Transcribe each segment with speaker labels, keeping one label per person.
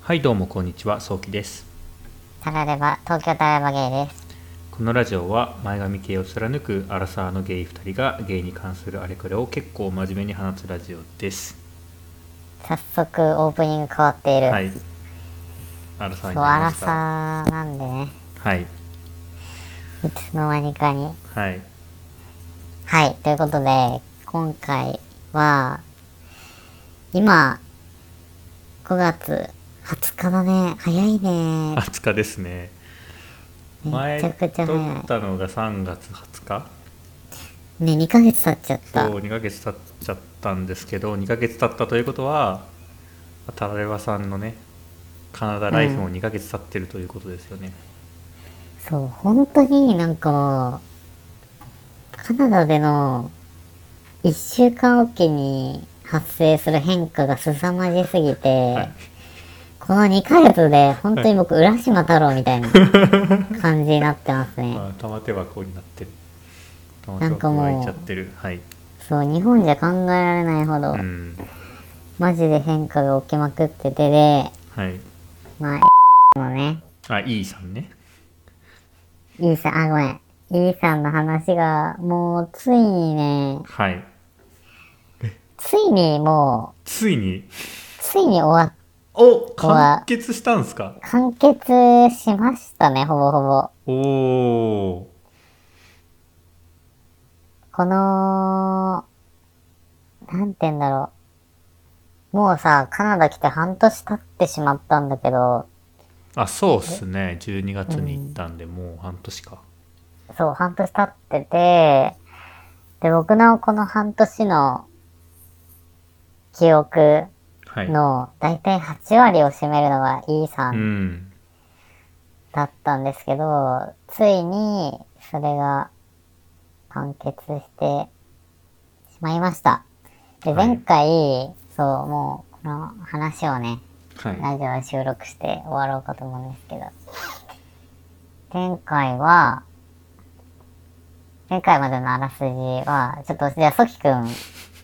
Speaker 1: はいどうもこんにちは、そうきです。
Speaker 2: タラレバ、東京タラレバゲイです。
Speaker 1: このラジオは前髪系を貫くアラサーのゲイ2人がゲイに関するあれこれを結構真面目に話すラジオです。
Speaker 2: 早速オープニング変わっている。
Speaker 1: はい。アラサーに
Speaker 2: そう、
Speaker 1: な
Speaker 2: ア
Speaker 1: りま
Speaker 2: ラ
Speaker 1: した。は
Speaker 2: サーなんでね、
Speaker 1: い。
Speaker 2: いつの間にかに。
Speaker 1: はい。
Speaker 2: はい、ということで、今回は、今、5月20日だね。早いね。
Speaker 1: 20日ですね。
Speaker 2: め
Speaker 1: 前
Speaker 2: ちゃくちゃ
Speaker 1: 撮
Speaker 2: ね
Speaker 1: っ。たのが3月20日。
Speaker 2: ね、2ヶ月経っちゃった。
Speaker 1: そう2ヶ月経っちゃったんですけど2ヶ月経ったということはタラレバさんのねカナダライフも2ヶ月経ってるということですよね、
Speaker 2: そう、本当になんかもう、カナダでの1週間おきに発生する変化が凄まじすぎて、
Speaker 1: はい
Speaker 2: この2ヶ月で本当に僕、浦島太郎みた いな感じになってますね。
Speaker 1: まあ、玉手箱になってる玉手
Speaker 2: なんか
Speaker 1: 箱
Speaker 2: もう
Speaker 1: が開いちゃってるはい
Speaker 2: そう、日本じゃ考えられないほど、
Speaker 1: うん
Speaker 2: マジで変化が起きまくっててで、
Speaker 1: はい
Speaker 2: まあ、 もね、
Speaker 1: あいいさんね
Speaker 2: イーサン、あ、ごめん。イーサンの話が、もう、ついにね、
Speaker 1: はい
Speaker 2: ついにもう、
Speaker 1: ついに
Speaker 2: ついに終わっ
Speaker 1: お
Speaker 2: わ
Speaker 1: 完結したんすか
Speaker 2: 完結しましたね、ほぼほぼ。
Speaker 1: おお
Speaker 2: この、なんて言うんだろう。もうさ、カナダ来て半年経ってしまったんだけど、
Speaker 1: あそうっすね12月に行ったんで、もう半年か
Speaker 2: そう、半年経ってて、で、僕のこの半年の記憶
Speaker 1: はい
Speaker 2: の大体8割を占めるのがイーさ
Speaker 1: うんん
Speaker 2: だったんですけど、ついにそれが完結してしまいました。で、
Speaker 1: はい
Speaker 2: 前回、そう、もうこの話をね、
Speaker 1: はい
Speaker 2: ラジオで収録して終わろうかと思うんですけど、前回は、前回までのあらすじは、ちょっと、じゃあ、ソキくん、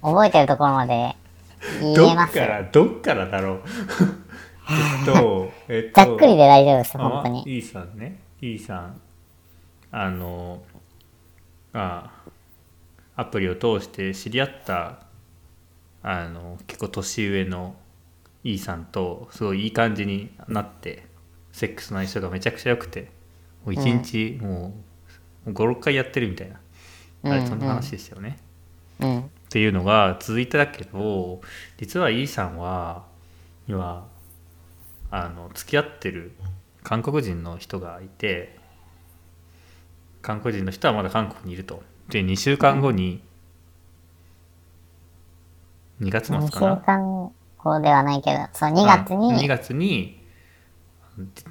Speaker 2: 覚えてるところまで言
Speaker 1: ど
Speaker 2: えま
Speaker 1: っ
Speaker 2: す
Speaker 1: からどっからだろう えっとえっと
Speaker 2: ざっくりで大丈夫です、
Speaker 1: あ
Speaker 2: 本当に。
Speaker 1: E さんね E さんあのあアプリを通して知り合ったあの結構年上の E さんとすごいいい感じになってセックスの相性がめちゃくちゃ良くてもう一日もう56回やってるみたいな、あ
Speaker 2: う
Speaker 1: れ
Speaker 2: ん
Speaker 1: そんな話でしたよね、
Speaker 2: うん。
Speaker 1: っていうのが続いてたけど実はイーさんは今あの付き合ってる韓国人の人がいて韓国人の人はまだ韓国にいるとで2週間後に2月末
Speaker 2: 2週
Speaker 1: かな
Speaker 2: 間後ではないけど、そう、2月
Speaker 1: あ
Speaker 2: に
Speaker 1: 2、月に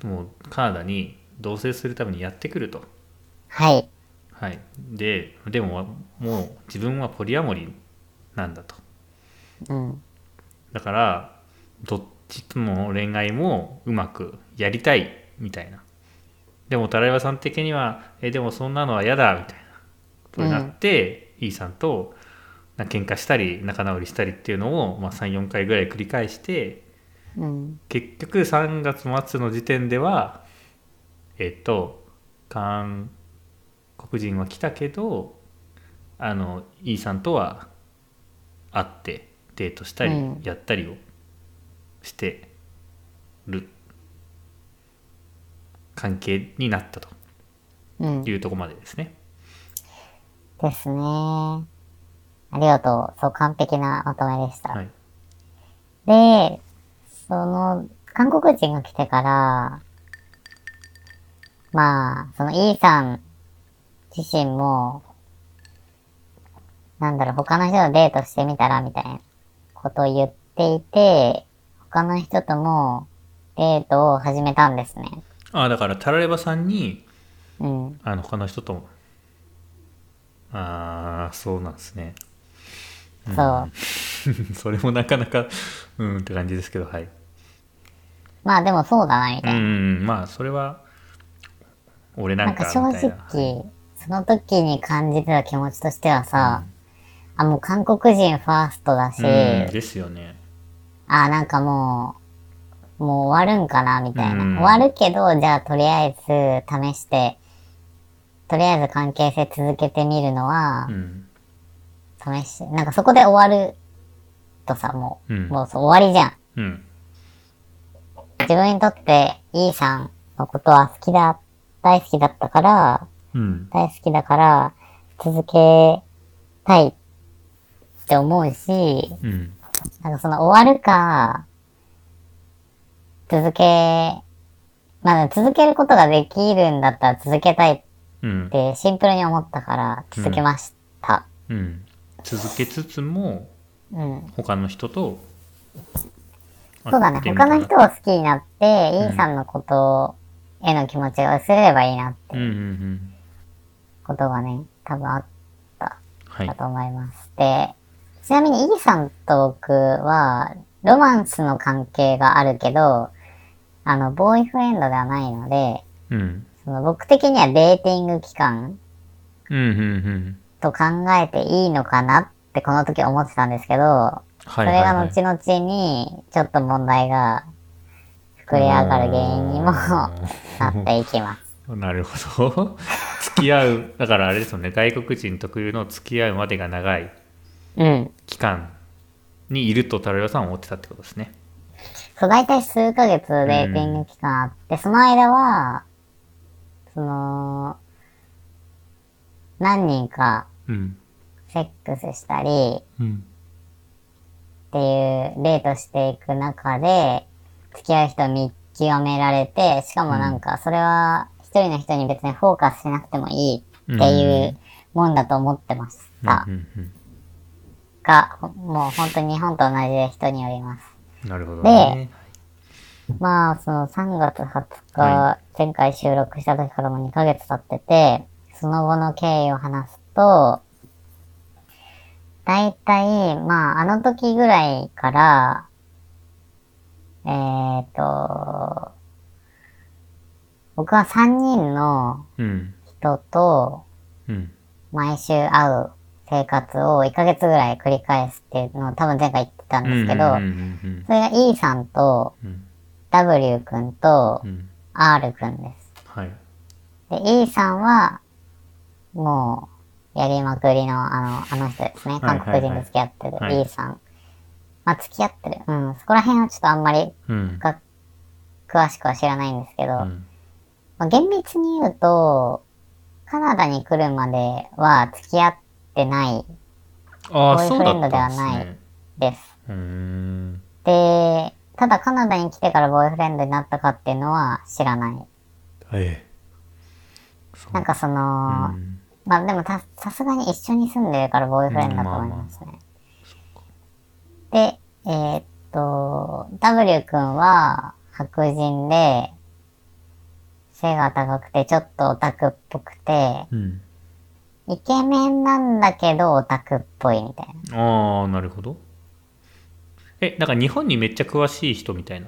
Speaker 1: もうカナダに同棲するためにやってくると
Speaker 2: はい。
Speaker 1: はい、ででももう自分はポリアモリーなんだと
Speaker 2: うん。
Speaker 1: だからどっちとの恋愛もうまくやりたいみたいなでもタライバさん的には「えでもそんなのは嫌だ」みたいなことになって、イーさんとな喧嘩したり仲直りしたりっていうのを、まあ、34回ぐらい繰り返して
Speaker 2: うん。
Speaker 1: 結局3月末の時点ではえっと韓国人は来たけどあのイーさんとは会ってデートしたり
Speaker 2: うん
Speaker 1: やったりをしてる関係になったと
Speaker 2: うん。
Speaker 1: い
Speaker 2: で
Speaker 1: うところまでですね。
Speaker 2: すね。ありがとう。そう、完璧なまとめでした。
Speaker 1: はい、
Speaker 2: で、その、韓国人が来てから、まあ、そのイーさん自身も、なんだろう、他の人とデートしてみたらみたいなことを言っていて、他の人ともデートを始めたんですね。
Speaker 1: あだからタラレバさんに
Speaker 2: うん。
Speaker 1: あの他の人ともああそうなんですね。
Speaker 2: そう。
Speaker 1: それもなかなかうんって感じですけどはい。
Speaker 2: まあでもそうだな、み
Speaker 1: う
Speaker 2: たいな。
Speaker 1: んまあそれは俺な
Speaker 2: なんんか
Speaker 1: か
Speaker 2: 正
Speaker 1: みたい
Speaker 2: 直
Speaker 1: な、
Speaker 2: その時に感じてた気持ちとしてはさ、あ、もう韓国人ファーストだし、
Speaker 1: うん、ですよね
Speaker 2: あ、なんかもう、もう終わるんかなみたいな。
Speaker 1: うん
Speaker 2: 終わるけど、じゃあとりあえず試して、とりあえず関係性続けてみるのは
Speaker 1: う、ん
Speaker 2: 試し、なんかそこで終わるとさ、もう、
Speaker 1: うん
Speaker 2: もうそう終わりじゃん。
Speaker 1: うん
Speaker 2: 自分にとって E さんのことは好きだ、大好きだったから、
Speaker 1: うん
Speaker 2: 大好きだから、続けたいって思うし、
Speaker 1: うん
Speaker 2: なんかその終わるか、続け、まあ続けることができるんだったら続けたいっ
Speaker 1: うん
Speaker 2: てシンプルに思ったから続けました。
Speaker 1: うん続けつつも
Speaker 2: うん。
Speaker 1: 他の人と
Speaker 2: そうだね。
Speaker 1: 会ってみ
Speaker 2: 他
Speaker 1: たら
Speaker 2: の人を好きになって、E さんのことへの気持ちが薄れればいいなって
Speaker 1: うんうんうん
Speaker 2: ことがね、多分あっ
Speaker 1: はい
Speaker 2: だと思います。で、ちなみに E さんと僕は、ロマンスの関係があるけど、あの、ボーイフレンドではないので、
Speaker 1: うん
Speaker 2: その僕的にはデーティング期間
Speaker 1: うんうんうん
Speaker 2: と考えていいのかなってこの時思ってたんですけど、
Speaker 1: はい
Speaker 2: そ
Speaker 1: は
Speaker 2: れ
Speaker 1: い
Speaker 2: が
Speaker 1: はい
Speaker 2: 後々にちょっと問題が膨れ上がる原因にもなっていき ます。
Speaker 1: なるほど 付き合うだからあれですよね外国人特有の付き合うまでが長い
Speaker 2: うん。
Speaker 1: 期間にいると太郎さんは思ってたってことですね
Speaker 2: そう、大体数ヶ月デーティング期間あって、その間は、その、何人か
Speaker 1: うん
Speaker 2: セックスしたり
Speaker 1: うん
Speaker 2: っていうデートしていく中で、付き合う人を見極められて、しかもなんか、それは一人の人に別にフォーカスしなくてもいいっていうもんだと思ってまし
Speaker 1: うん
Speaker 2: た
Speaker 1: うん
Speaker 2: が、ほもう本当に日本と同じで人によります。
Speaker 1: うんなるほどね
Speaker 2: まあ、その3月20日、
Speaker 1: は
Speaker 2: 前回収録した時からも2ヶ月経ってて、その後の経緯を話すと、大体、まあ、あの時ぐらいから、えー、と、僕は3人の
Speaker 1: うん
Speaker 2: 人と
Speaker 1: うん
Speaker 2: 毎週会う生活を1ヶ月ぐらい繰り返すっていうのを多分前回言ってたんですけど、
Speaker 1: うんうん
Speaker 2: それが E さんと
Speaker 1: うんうん
Speaker 2: W 君と
Speaker 1: うんうん、
Speaker 2: R 君です。
Speaker 1: はい
Speaker 2: で、E さんは、もう、やりまくりの、あの、あの人ですね。
Speaker 1: はいはい
Speaker 2: 韓国人と付き合ってる
Speaker 1: はい
Speaker 2: E さん。まあ、付き合ってる。うん。そこら辺はちょっとあんまり
Speaker 1: うん
Speaker 2: 詳しくは知らないんですけど、
Speaker 1: うん
Speaker 2: まあ、厳密に言うと、カナダに来るまでは付き合ってない
Speaker 1: あ
Speaker 2: ボー
Speaker 1: あ
Speaker 2: イ
Speaker 1: そう
Speaker 2: フレ
Speaker 1: だ
Speaker 2: ン
Speaker 1: っ
Speaker 2: ドで
Speaker 1: た
Speaker 2: は
Speaker 1: んです
Speaker 2: ない
Speaker 1: ね
Speaker 2: です。
Speaker 1: うーん
Speaker 2: で、ただカナダに来てからボーイフレンドになったかっていうのは知らない。
Speaker 1: ええそう
Speaker 2: なんかその、
Speaker 1: うん
Speaker 2: まあでもた、さすがに一緒に住んでるからボーイフレンドだと思いますね。で、えーっと、W 君は白人で、背が高くてちょっとオタクっぽくて、
Speaker 1: うん
Speaker 2: イケメンなんだけどオタクっぽいみたいな。
Speaker 1: ああなるほどえなんか日本にめっちゃ詳しい人みたいな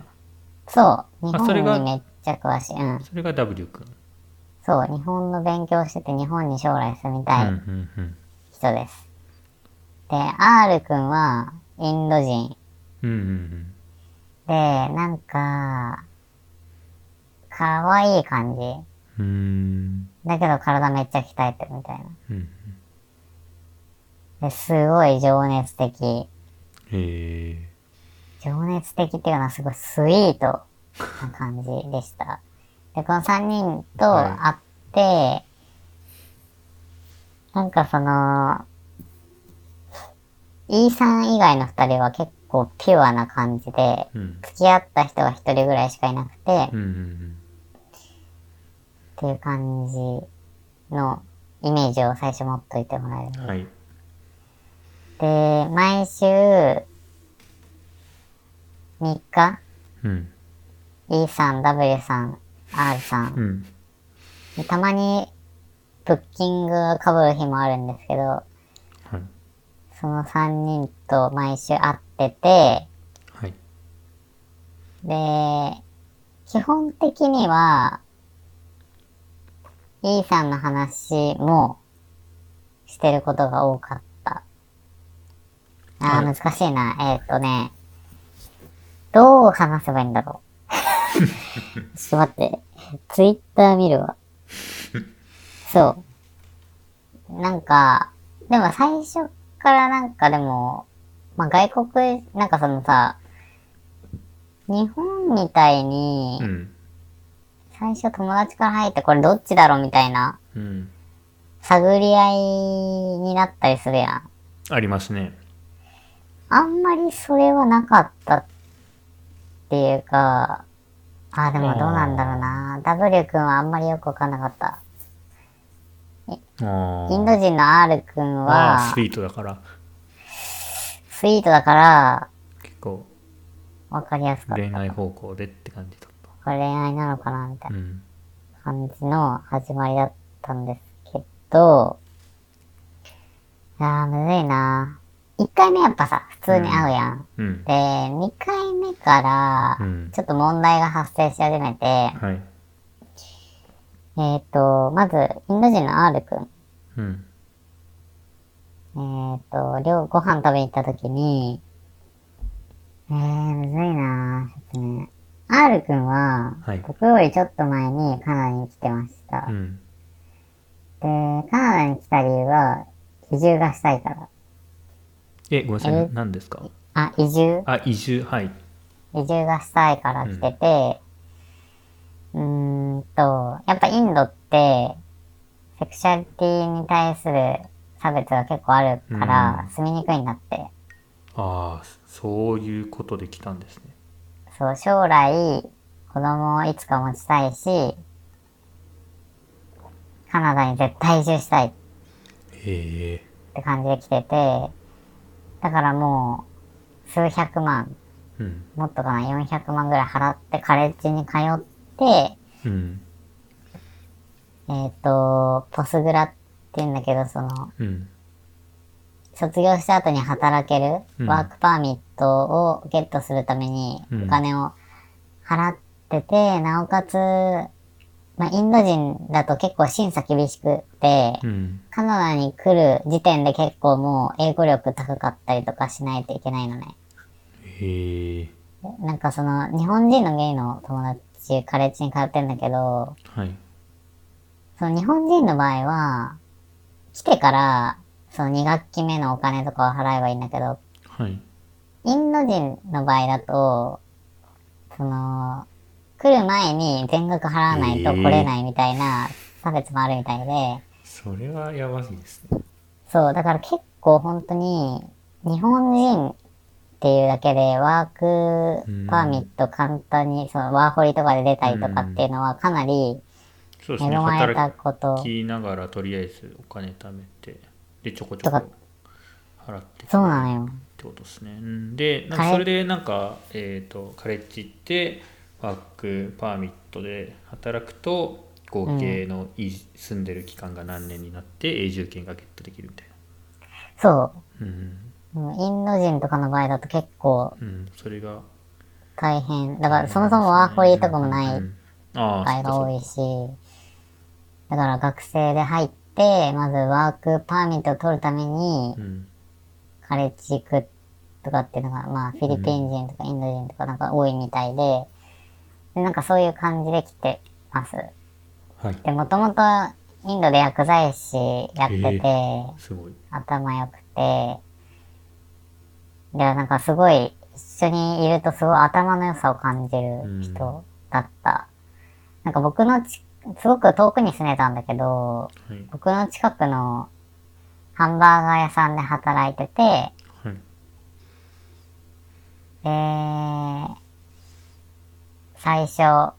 Speaker 2: そう、日
Speaker 1: あそれが
Speaker 2: 本にめっちゃ詳しい。うん。
Speaker 1: それが W 君
Speaker 2: そう、日本の勉強してて日本に将来住みた
Speaker 1: うん
Speaker 2: い
Speaker 1: うん
Speaker 2: 人です。で、R 君はインド人。
Speaker 1: うんうんうん
Speaker 2: で、なんか、かわいい感じ。
Speaker 1: うんうーん
Speaker 2: だけど体めっちゃ鍛えてるみたい
Speaker 1: うん
Speaker 2: な。ですごい情熱的。
Speaker 1: へえ
Speaker 2: 情熱的っていうのはすごいスイートな感じでした。で、この3人と会って、なんかその、E さん以外の2人は結構ピュアな感じで、
Speaker 1: うん
Speaker 2: 付き合った人が1人ぐらいしかいなくて、
Speaker 1: うんうん
Speaker 2: っていう感じのイメージを最初持っといてもらえる
Speaker 1: うんはい
Speaker 2: で、毎週、3日、
Speaker 1: うん
Speaker 2: E さん、W さん、R さん。
Speaker 1: うん
Speaker 2: でたまに、ブッキングが被る日もあるんですけど、
Speaker 1: はい
Speaker 2: その3人と毎週会ってて、
Speaker 1: はい
Speaker 2: で、基本的には、E さんの話もしてることが多かった。あー、
Speaker 1: はい
Speaker 2: 難しいな。えーっ、とね、どう話せばいいんだろう。 ちょっと待って。ツイッター見るわ。そう。なんか、でも最初からなんかでも、まあ外国、なんかそのさ、日本みたいに
Speaker 1: う、ん
Speaker 2: 最初友達から入ってこれどっちだろうみたいな、
Speaker 1: うん
Speaker 2: 探り合いになったりするやん。
Speaker 1: ありますね
Speaker 2: あんまりそれはなかったっていうか、あーでもどうなんだろうな。W 君はあんまりよくわかんなかった。
Speaker 1: あー
Speaker 2: インド人の R 君
Speaker 1: あー
Speaker 2: は
Speaker 1: スイートだから
Speaker 2: スイートだから
Speaker 1: 結構
Speaker 2: わかりやすかった。
Speaker 1: 恋愛方向でって感じだっ
Speaker 2: これ恋愛なのかなみた
Speaker 1: た
Speaker 2: いな
Speaker 1: うん
Speaker 2: 感じの始まりだったんですけど、いやーむずいな。1回目やっぱさ、普通に会うやん。
Speaker 1: うん
Speaker 2: で、2回目か
Speaker 1: うん
Speaker 2: ら、ちょっと問題が発生し始めて、
Speaker 1: はい
Speaker 2: えっ、と、まず、インド人の R 君。
Speaker 1: うん
Speaker 2: えっ、と、料ご飯食べに行った時に、えー、むずいなぁ、ちょっとね。R 君は、
Speaker 1: はい
Speaker 2: 僕よりちょっと前にカナダに来てました。
Speaker 1: うん
Speaker 2: で、カナダに来た理由は、移住がしたいから。
Speaker 1: えごめんなさ
Speaker 2: え
Speaker 1: い何ですか
Speaker 2: あ、移住
Speaker 1: あ移住はい
Speaker 2: 移住がしたいから来てて、うーんと、やっぱインドって、セクシャリティに対する差別が結構あるから、住みにくいんだって。
Speaker 1: ああそういうことで来たんですね
Speaker 2: そう、将来、子供をいつか持ちたいし、カナダに絶対移住したいっ
Speaker 1: へえ
Speaker 2: て感じで来てて、だからもう、数百万、
Speaker 1: うん
Speaker 2: もっとかな、400万ぐらい払ってカレッジに通って、
Speaker 1: うん
Speaker 2: えっ、と、ポスグラって言うんだけど、その、
Speaker 1: うん
Speaker 2: 卒業した後に働ける
Speaker 1: うん
Speaker 2: ワークパーミットをゲットするために
Speaker 1: うん
Speaker 2: お金を払ってて、なおかつ、まあ、インド人だと結構審査厳しくて、
Speaker 1: うん
Speaker 2: カナダに来る時点で結構もう英語力高かったりとかしないといけないのね。
Speaker 1: へえ
Speaker 2: なんかその、日本人のゲイの友達、カレッジに通ってんだけど、
Speaker 1: はい
Speaker 2: その日本人の場合は、来てから、その2学期目のお金とかを払えばいいんだけど、
Speaker 1: はい
Speaker 2: インド人の場合だと、その、来る前に全額払わないと来れないみたいな差別もあるみたいで、
Speaker 1: それはやばいですね
Speaker 2: そう、だから結構本当に、日本人っていうだけでワークパーミット簡単に、そのワーホリとかで出たりとかっていうのはかなり
Speaker 1: そうです
Speaker 2: 恵
Speaker 1: ね
Speaker 2: まれた
Speaker 1: 働
Speaker 2: こと。
Speaker 1: きながらとりあえずお金貯めてでちょこちょこ
Speaker 2: とか
Speaker 1: 払って
Speaker 2: そうなのよ。
Speaker 1: ってことですねうんでなん
Speaker 2: カレ
Speaker 1: か
Speaker 2: ッ
Speaker 1: それでなんか、えー、とカレッジ行ってワークパーミットで働くと合計のい住んでる期間が何年になって永住権がゲットできるみたい
Speaker 2: そう。
Speaker 1: なうん、
Speaker 2: うんインド人とかの場合だと結構
Speaker 1: うん、それが
Speaker 2: 大変。だからそもそもワーホリとかもな
Speaker 1: う
Speaker 2: い
Speaker 1: んああ
Speaker 2: 場
Speaker 1: そ
Speaker 2: 合
Speaker 1: っかそ
Speaker 2: が
Speaker 1: っ
Speaker 2: 多
Speaker 1: か
Speaker 2: いし、だから学生で入って、まずワークパーミットを取るために
Speaker 1: うん
Speaker 2: カレッジ行くとかっていうのが、まあフィリピン人とかインド人とかなんか多いみたいで、でなんかそういう感じで来てます。
Speaker 1: はい
Speaker 2: で、もともとインドで薬剤師やってて、
Speaker 1: へすごい
Speaker 2: 頭良くて、で、なんかすごい、一緒にいるとすごい頭の良さを感じる人だった。なんか僕のち、すごく遠くに住んでたんだけど、
Speaker 1: はい
Speaker 2: 僕の近くのハンバーガー屋さんで働いてて、
Speaker 1: はい
Speaker 2: で、最初、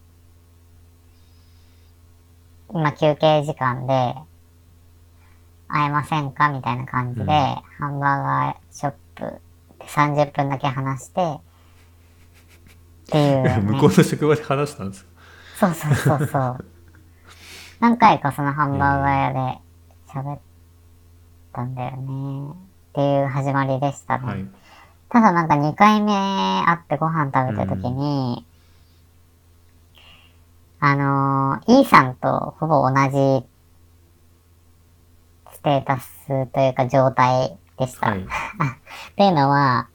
Speaker 2: 今休憩時間で、会えませんかみたいな感じで、
Speaker 1: うん。
Speaker 2: ハンバーガーショップで30分だけ話して、っていう、ね
Speaker 1: 向こうの職場で話したんです
Speaker 2: そうそうそ うそう。何回かそのハンバーガー屋で喋ったんだよね。っていう始まりでしたね。
Speaker 1: はい
Speaker 2: ただなんか2回目会ってご飯食べた時に、あのー、E さんとほぼ同じステータスというか状態でした。
Speaker 1: はい
Speaker 2: っていうのは、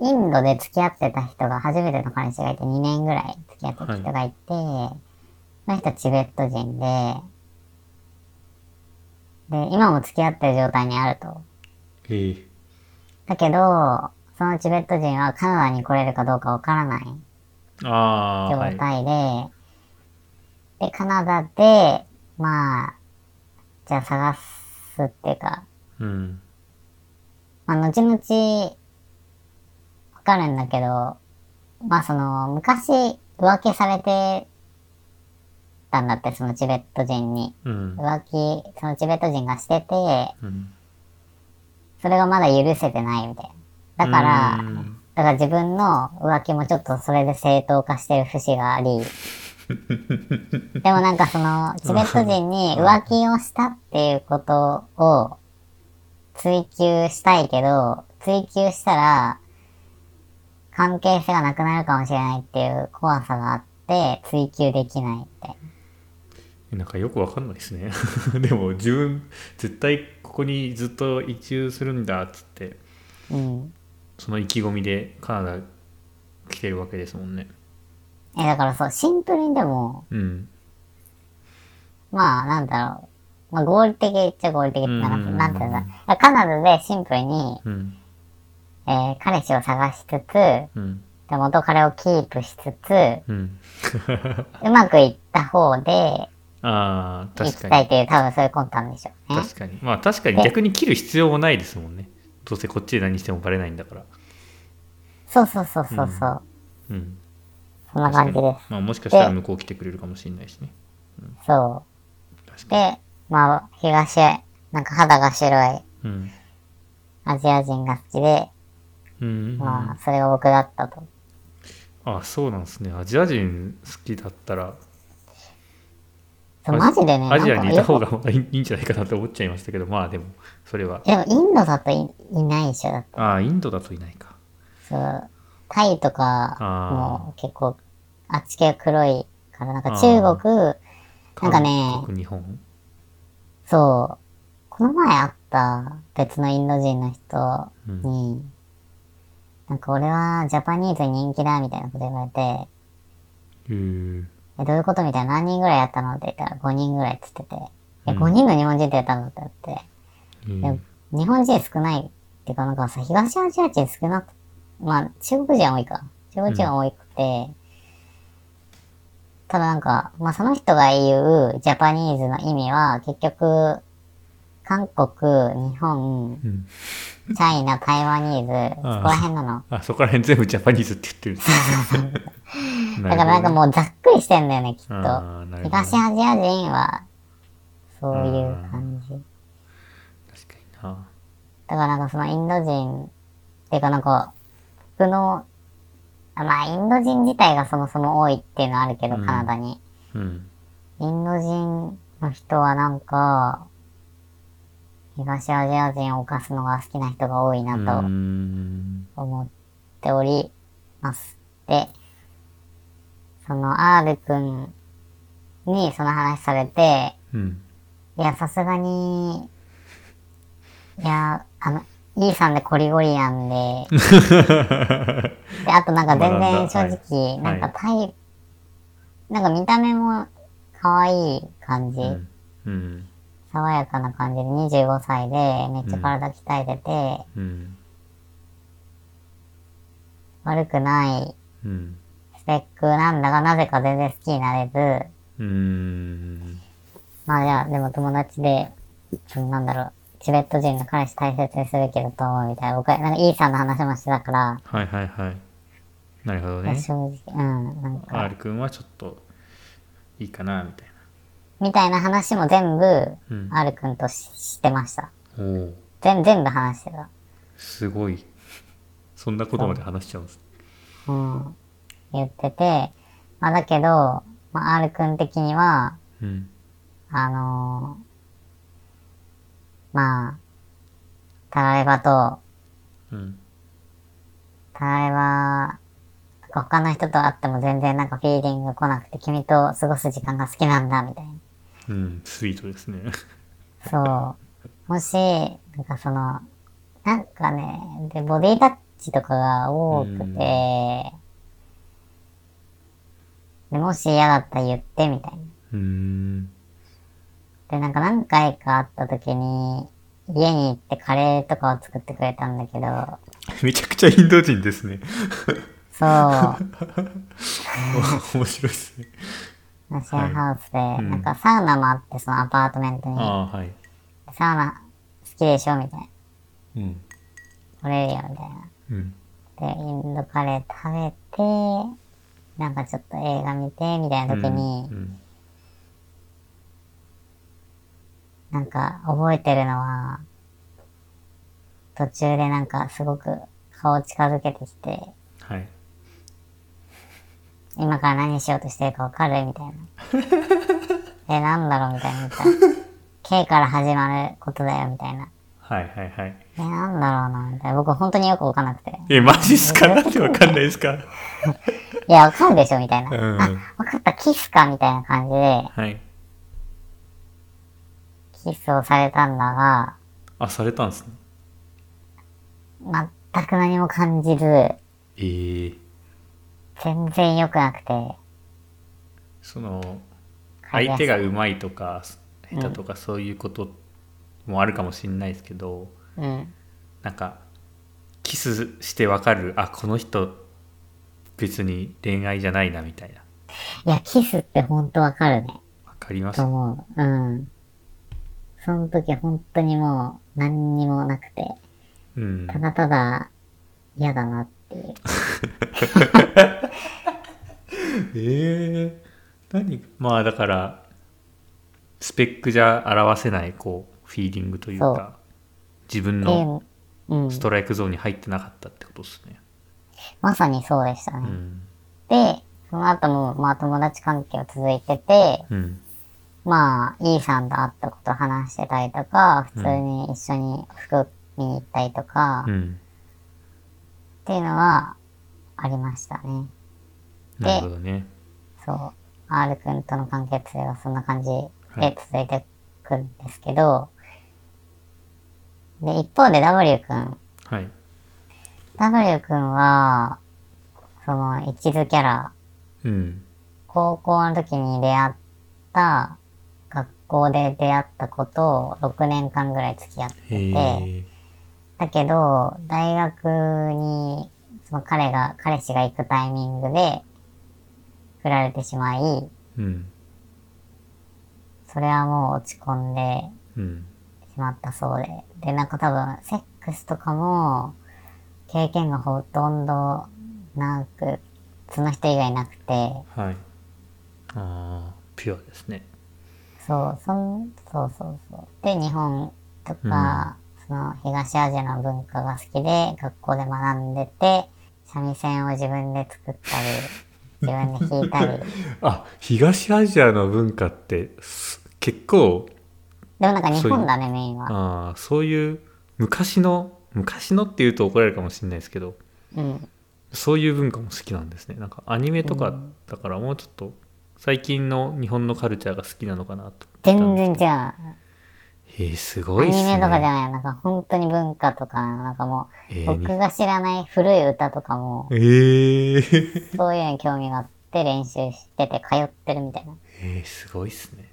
Speaker 2: インドで付き合ってた人が初めての彼氏がいて2年ぐらい付き合ってた人がいて、その人はチベット人で、で、今も付き合ってる状態にあると。
Speaker 1: ええ
Speaker 2: だけど、そのチベット人はカナダに来れるかどうかわからない
Speaker 1: ああ
Speaker 2: 状
Speaker 1: は
Speaker 2: 態
Speaker 1: い
Speaker 2: で、で、カナダで、まあ、じゃあ探すっていうか、
Speaker 1: うん
Speaker 2: まあ、後々、わかるんだけど、まあ、その、昔、浮気されてたんだって、そのチベット人に。
Speaker 1: うん
Speaker 2: 浮気、そのチベット人がしてて、
Speaker 1: うん
Speaker 2: それがまだ許せてないみたいな。だから、
Speaker 1: うん
Speaker 2: だから自分の浮気もちょっとそれで正当化してる節があ り、でもなんかその、チベット人に浮気をしたっていうことを追求したいけど、追求したら、関係性がなくなるかもしれないっていう怖さがあって、追求できないって。
Speaker 1: なんかよくわかんないですね でも自分絶対ここにずっと移住するんだっつって
Speaker 2: うん。
Speaker 1: その意気込みでカナダ来てるわけですもんね
Speaker 2: え、だからそう、シンプルにでも、
Speaker 1: うん
Speaker 2: まあ、なんだろう。まあ、合理的っちゃ合理的ってな
Speaker 1: うん
Speaker 2: なんていうんだろう。カナダでシンプルに、
Speaker 1: うん
Speaker 2: えー彼氏を探しつつ、で
Speaker 1: うん
Speaker 2: 元彼をキープしつつ、
Speaker 1: うん
Speaker 2: うまくいった方で、
Speaker 1: ああ
Speaker 2: 行
Speaker 1: 確
Speaker 2: きた
Speaker 1: か
Speaker 2: いっ
Speaker 1: に
Speaker 2: ていう、多分そういう魂胆でしょうね。
Speaker 1: 確かにまあ確かに逆に切る必要もないですもんねどうせこっちで何してもバレないんだから
Speaker 2: そうそうそうそうそう。
Speaker 1: うん
Speaker 2: そんな感じで
Speaker 1: まあ、もしかしたら向こう来てくれるかもしれないしね
Speaker 2: す。そ
Speaker 1: 確
Speaker 2: う。
Speaker 1: か
Speaker 2: で、まあ、東へ、なんか肌が白い
Speaker 1: にうん
Speaker 2: アジア人が好きで、
Speaker 1: うん、
Speaker 2: まあ、それが僕だったと。
Speaker 1: あそうなんですねアジア人好きだったら
Speaker 2: そうマジでね、
Speaker 1: アジアにいた
Speaker 2: なんか
Speaker 1: 方がまだいい いいんじゃないかなと思っちゃいましたけどまあでもそれは
Speaker 2: でもインドだといいないでしょ。だって
Speaker 1: ああインドだといないか
Speaker 2: そう。タイとか、
Speaker 1: あー
Speaker 2: もう結構、あっち系黒いから、なんか中国、なんかね
Speaker 1: 韓国日本
Speaker 2: そう。この前会った別のインド人の人
Speaker 1: うん
Speaker 2: に、なんか俺はジャパニーズに人気だみたいなこと言われて、
Speaker 1: へー
Speaker 2: え、どういうことみたいな、何人ぐらいやったのって言ったら5人ぐらいって言ってて、え、5人の日本人ってやったのって言って、
Speaker 1: へ
Speaker 2: いや
Speaker 1: ー
Speaker 2: 日本人少ないっていうか、なんかさ、東アジア人少なく、まあ、中国人は多いか。中国人は多くて、ただなんか、まあその人が言うジャパニーズの意味は、結局、韓国、日本、
Speaker 1: うん
Speaker 2: チャイナ、台湾ニーズ、そこ
Speaker 1: ああ
Speaker 2: ら 辺なの。
Speaker 1: あそこら辺全部ジャパニーズって言ってるんですね
Speaker 2: だからなんかもうざっくりしてんだよね、きっと。
Speaker 1: あーなるほど
Speaker 2: 東アジア人は、そういう感じ。
Speaker 1: 確かにな
Speaker 2: だからなんかそのインド人っていうかなんか僕のあまあインド人自体がそもそも多いっていうのはあるけど、
Speaker 1: うん
Speaker 2: カナダに
Speaker 1: うん
Speaker 2: インド人の人はなんか東アジア人を犯すのが好きな人が多いうな
Speaker 1: ー
Speaker 2: と
Speaker 1: ん
Speaker 2: 思っております、でその R 君にその話されて
Speaker 1: うん
Speaker 2: いや、さすがに、いや、あの、E さんでコリゴリやんで、で、あとなんか全然正直、
Speaker 1: 学
Speaker 2: なん
Speaker 1: んだはい
Speaker 2: かタイ、なんか見た目も可愛い感 じ、
Speaker 1: うんうん
Speaker 2: 爽やかな感じで25歳でめっちゃ体鍛えてて、
Speaker 1: うん
Speaker 2: 悪くない
Speaker 1: うん
Speaker 2: スペックなんだが、なぜか全然好きになれず、
Speaker 1: うーん
Speaker 2: まあじゃあ、でも友達で、そのなんだろう、チベット人の彼氏大切にすべきだと思うみたいな、僕は、なんか E さんの話もしてたから、
Speaker 1: はいはいはいなるほど
Speaker 2: いや
Speaker 1: ね
Speaker 2: 正直、うん、なんか、
Speaker 1: R 君はちょっといいかなみたい
Speaker 2: みたいな話も全部、
Speaker 1: うん
Speaker 2: R くんとししてました。
Speaker 1: なおお
Speaker 2: 全全部話してた。
Speaker 1: すごいそんなことまで話しちゃうんです
Speaker 2: うん。言ってて、まあだけど、まあ、R くん的には、
Speaker 1: うん
Speaker 2: あのーまあ、タラレバと、
Speaker 1: うん
Speaker 2: タラレバ、他の人と会っても全然なんかフィーリング来なくて、君と過ごす時間が好きなんだ、みたいな。
Speaker 1: うんスイートですね
Speaker 2: そう。もし、なんかその、なんかね、で、ボディタッチとかが多くて、
Speaker 1: うん
Speaker 2: でもし嫌だったら言ってみたいな。
Speaker 1: うん
Speaker 2: で、なんか何回か会った時に、家に行ってカレーとかを作ってくれたんだけど、
Speaker 1: めちゃくちゃインド人ですね
Speaker 2: そう、
Speaker 1: 面白いですね
Speaker 2: ナシェアハウスで、
Speaker 1: うん
Speaker 2: なんかサウナもあって、そのアパートメントに、
Speaker 1: ああはい
Speaker 2: サウナ好きでしょみたいな。
Speaker 1: うん
Speaker 2: 来れるよ、みたいな。
Speaker 1: うん
Speaker 2: で、インドカレー食べて、なんかちょっと映画見て、みたいな時に、
Speaker 1: うん
Speaker 2: なんか覚えてるのは、途中でなんかすごく顔近づけてきて、
Speaker 1: はい
Speaker 2: 今から何しようとしてるかわかる みたいな。え、なんだろうみたいな言ったら。K から始まることだよみたいな。
Speaker 1: はいはいはい
Speaker 2: え、なんだろうなみたいな。僕本当によくわかんなくて。
Speaker 1: えマジっすかなんてわかんないですか
Speaker 2: いや、わかるでしょみたいな。
Speaker 1: う
Speaker 2: あ、
Speaker 1: ん
Speaker 2: わかった、キスかみたいな感じで、
Speaker 1: はい
Speaker 2: キスをされたんだが、
Speaker 1: あされたんですね
Speaker 2: 全く何も感じず、
Speaker 1: えー、
Speaker 2: 全然良くなくて、
Speaker 1: その相手がうまいとか下手とかそういうこともあるかもしれないですけど、
Speaker 2: うん。
Speaker 1: なんかキスしてわかるあこの人別に恋愛じゃないなみたいない
Speaker 2: や、キスって本当わかるね。
Speaker 1: わかります
Speaker 2: と思う。うん。その時本当にもう何にもなくて、
Speaker 1: うん
Speaker 2: ただただ嫌だなっていう。
Speaker 1: ええ何まあだからスペックじゃ表せないこうフィーリングというか自分の
Speaker 2: で、うん。
Speaker 1: ストライクゾーンに入ってなかったってことですね
Speaker 2: まさにそうでした
Speaker 1: う
Speaker 2: ね。
Speaker 1: ん
Speaker 2: で、その後も、まあ友達関係は続いてて、
Speaker 1: うん
Speaker 2: まあ、イーさんと会ったこと話してたりとか、普通に一緒に服見に行ったりとか、
Speaker 1: う
Speaker 2: っ
Speaker 1: ん
Speaker 2: ていうのはありましたね。
Speaker 1: なるほどね
Speaker 2: そう。R 君との関係性はそんな感じ
Speaker 1: はい
Speaker 2: で続いてくんですけど、で、一方で W 君。
Speaker 1: はい
Speaker 2: W 君は、その、一途キャラ、
Speaker 1: うん
Speaker 2: 高校の時に出会った、学校で出会った子と6年間ぐらい付き合って
Speaker 1: へ
Speaker 2: て、
Speaker 1: え
Speaker 2: だけど、大学に、その彼が、彼氏が行くタイミングで、振られてしまい、
Speaker 1: うん
Speaker 2: それはもう落ち込んで
Speaker 1: うん
Speaker 2: しまったそうで。で、なんか多分、セックスとかも、経験がほとんどなく、その人以外なくて、
Speaker 1: はいああピュアですね
Speaker 2: そう、そん、そうそうそう。で、日本とか、その東アジアの文化が好きで、学校で学んでて、三味線を自分で作っ たり、自分で弾いたり。
Speaker 1: あ東アジアの文化ってす結構
Speaker 2: でもなんか日本だね、メインは。
Speaker 1: あーそういう昔の昔のっていうと怒られるかもしれないですけど
Speaker 2: うん。
Speaker 1: そういう文化も好きなんですねなんかアニメとかだからもうちょっと最近の日本のカルチャーが好きなのかなと
Speaker 2: 全然違う。
Speaker 1: えー、すご
Speaker 2: ア
Speaker 1: い
Speaker 2: ニ
Speaker 1: っすね
Speaker 2: メとかじゃない、なんか本当に文化とか、なんかも
Speaker 1: え
Speaker 2: う、
Speaker 1: ー
Speaker 2: 僕が知らない古い歌とかも、
Speaker 1: えー
Speaker 2: そういうのに興味があって練習してて通ってるみたいな
Speaker 1: えーすごいっすね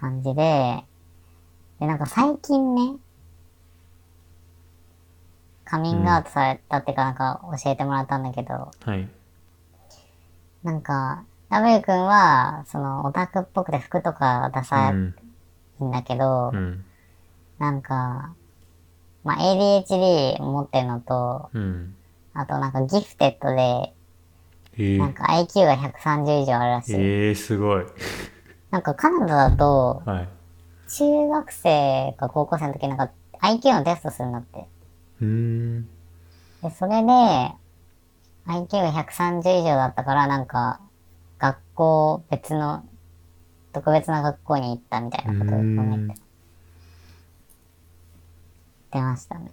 Speaker 2: 感じで、で、なんか最近ね、カミングアウトされたっていうか、なんか教えてもらったんだけど、
Speaker 1: はい
Speaker 2: なんか、W 君は、その、オタクっぽくて服とか出さ
Speaker 1: う
Speaker 2: ない
Speaker 1: ん
Speaker 2: んだけど、
Speaker 1: うん
Speaker 2: なんか、まあ、ADHD 持ってるのと、
Speaker 1: うん
Speaker 2: あとなんかギフテッドで、
Speaker 1: え
Speaker 2: なん
Speaker 1: ー、
Speaker 2: か IQ が130以上あるらしい。
Speaker 1: えー、すごい
Speaker 2: なんかカナダだと、
Speaker 1: はい
Speaker 2: 中学生か高校生の時なんか IQ のテストするんだって。
Speaker 1: うーん
Speaker 2: で、それで、IQ が130以上だったから、なんか、学校、別の、特別な学校に行ったみたいうなことを言
Speaker 1: ん
Speaker 2: ってましたね。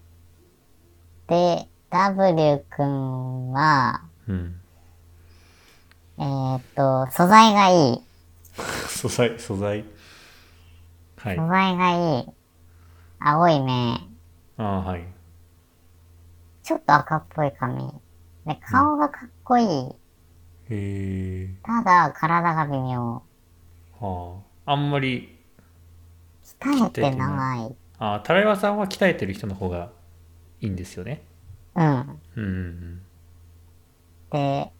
Speaker 2: で、W 君は、
Speaker 1: うん
Speaker 2: えーっと、素材がいい。
Speaker 1: 素材素材はい
Speaker 2: 素材がいい。青い目。
Speaker 1: ああーはい
Speaker 2: ちょっと赤っぽい髪。で、顔がかっこいい。
Speaker 1: へえ
Speaker 2: ただ、体が微妙。
Speaker 1: はああんまり
Speaker 2: 鍛えて長い。
Speaker 1: あタライワさんは鍛えてる人の方がいいんですよね
Speaker 2: うん。
Speaker 1: うんうんうん
Speaker 2: で、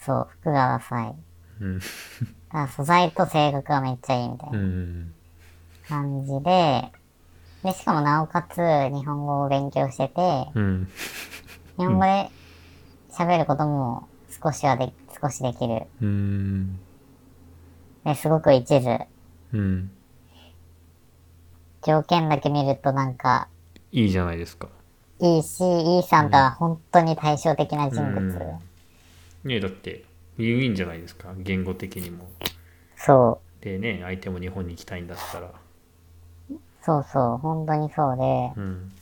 Speaker 2: そう、服がダサい。
Speaker 1: うん
Speaker 2: ただ素材と性格がめっちゃいいみたい
Speaker 1: うんう
Speaker 2: なん感じで、で、しかもなおかつ日本語を勉強してて、
Speaker 1: うん
Speaker 2: 日本語で喋ることも少しはで、少しできる。
Speaker 1: うん
Speaker 2: で、すごく一途。
Speaker 1: うん
Speaker 2: 条件だけ見るとなんか、
Speaker 1: いいじゃないですか
Speaker 2: いいし、イーさんとは本当に対照的な人
Speaker 1: う
Speaker 2: 物。
Speaker 1: んねえだってウィンウィンじゃないですか言語的にも
Speaker 2: そう。
Speaker 1: でね相手も日本に行きたいんだったら
Speaker 2: そうそう、本当にそうで、
Speaker 1: うん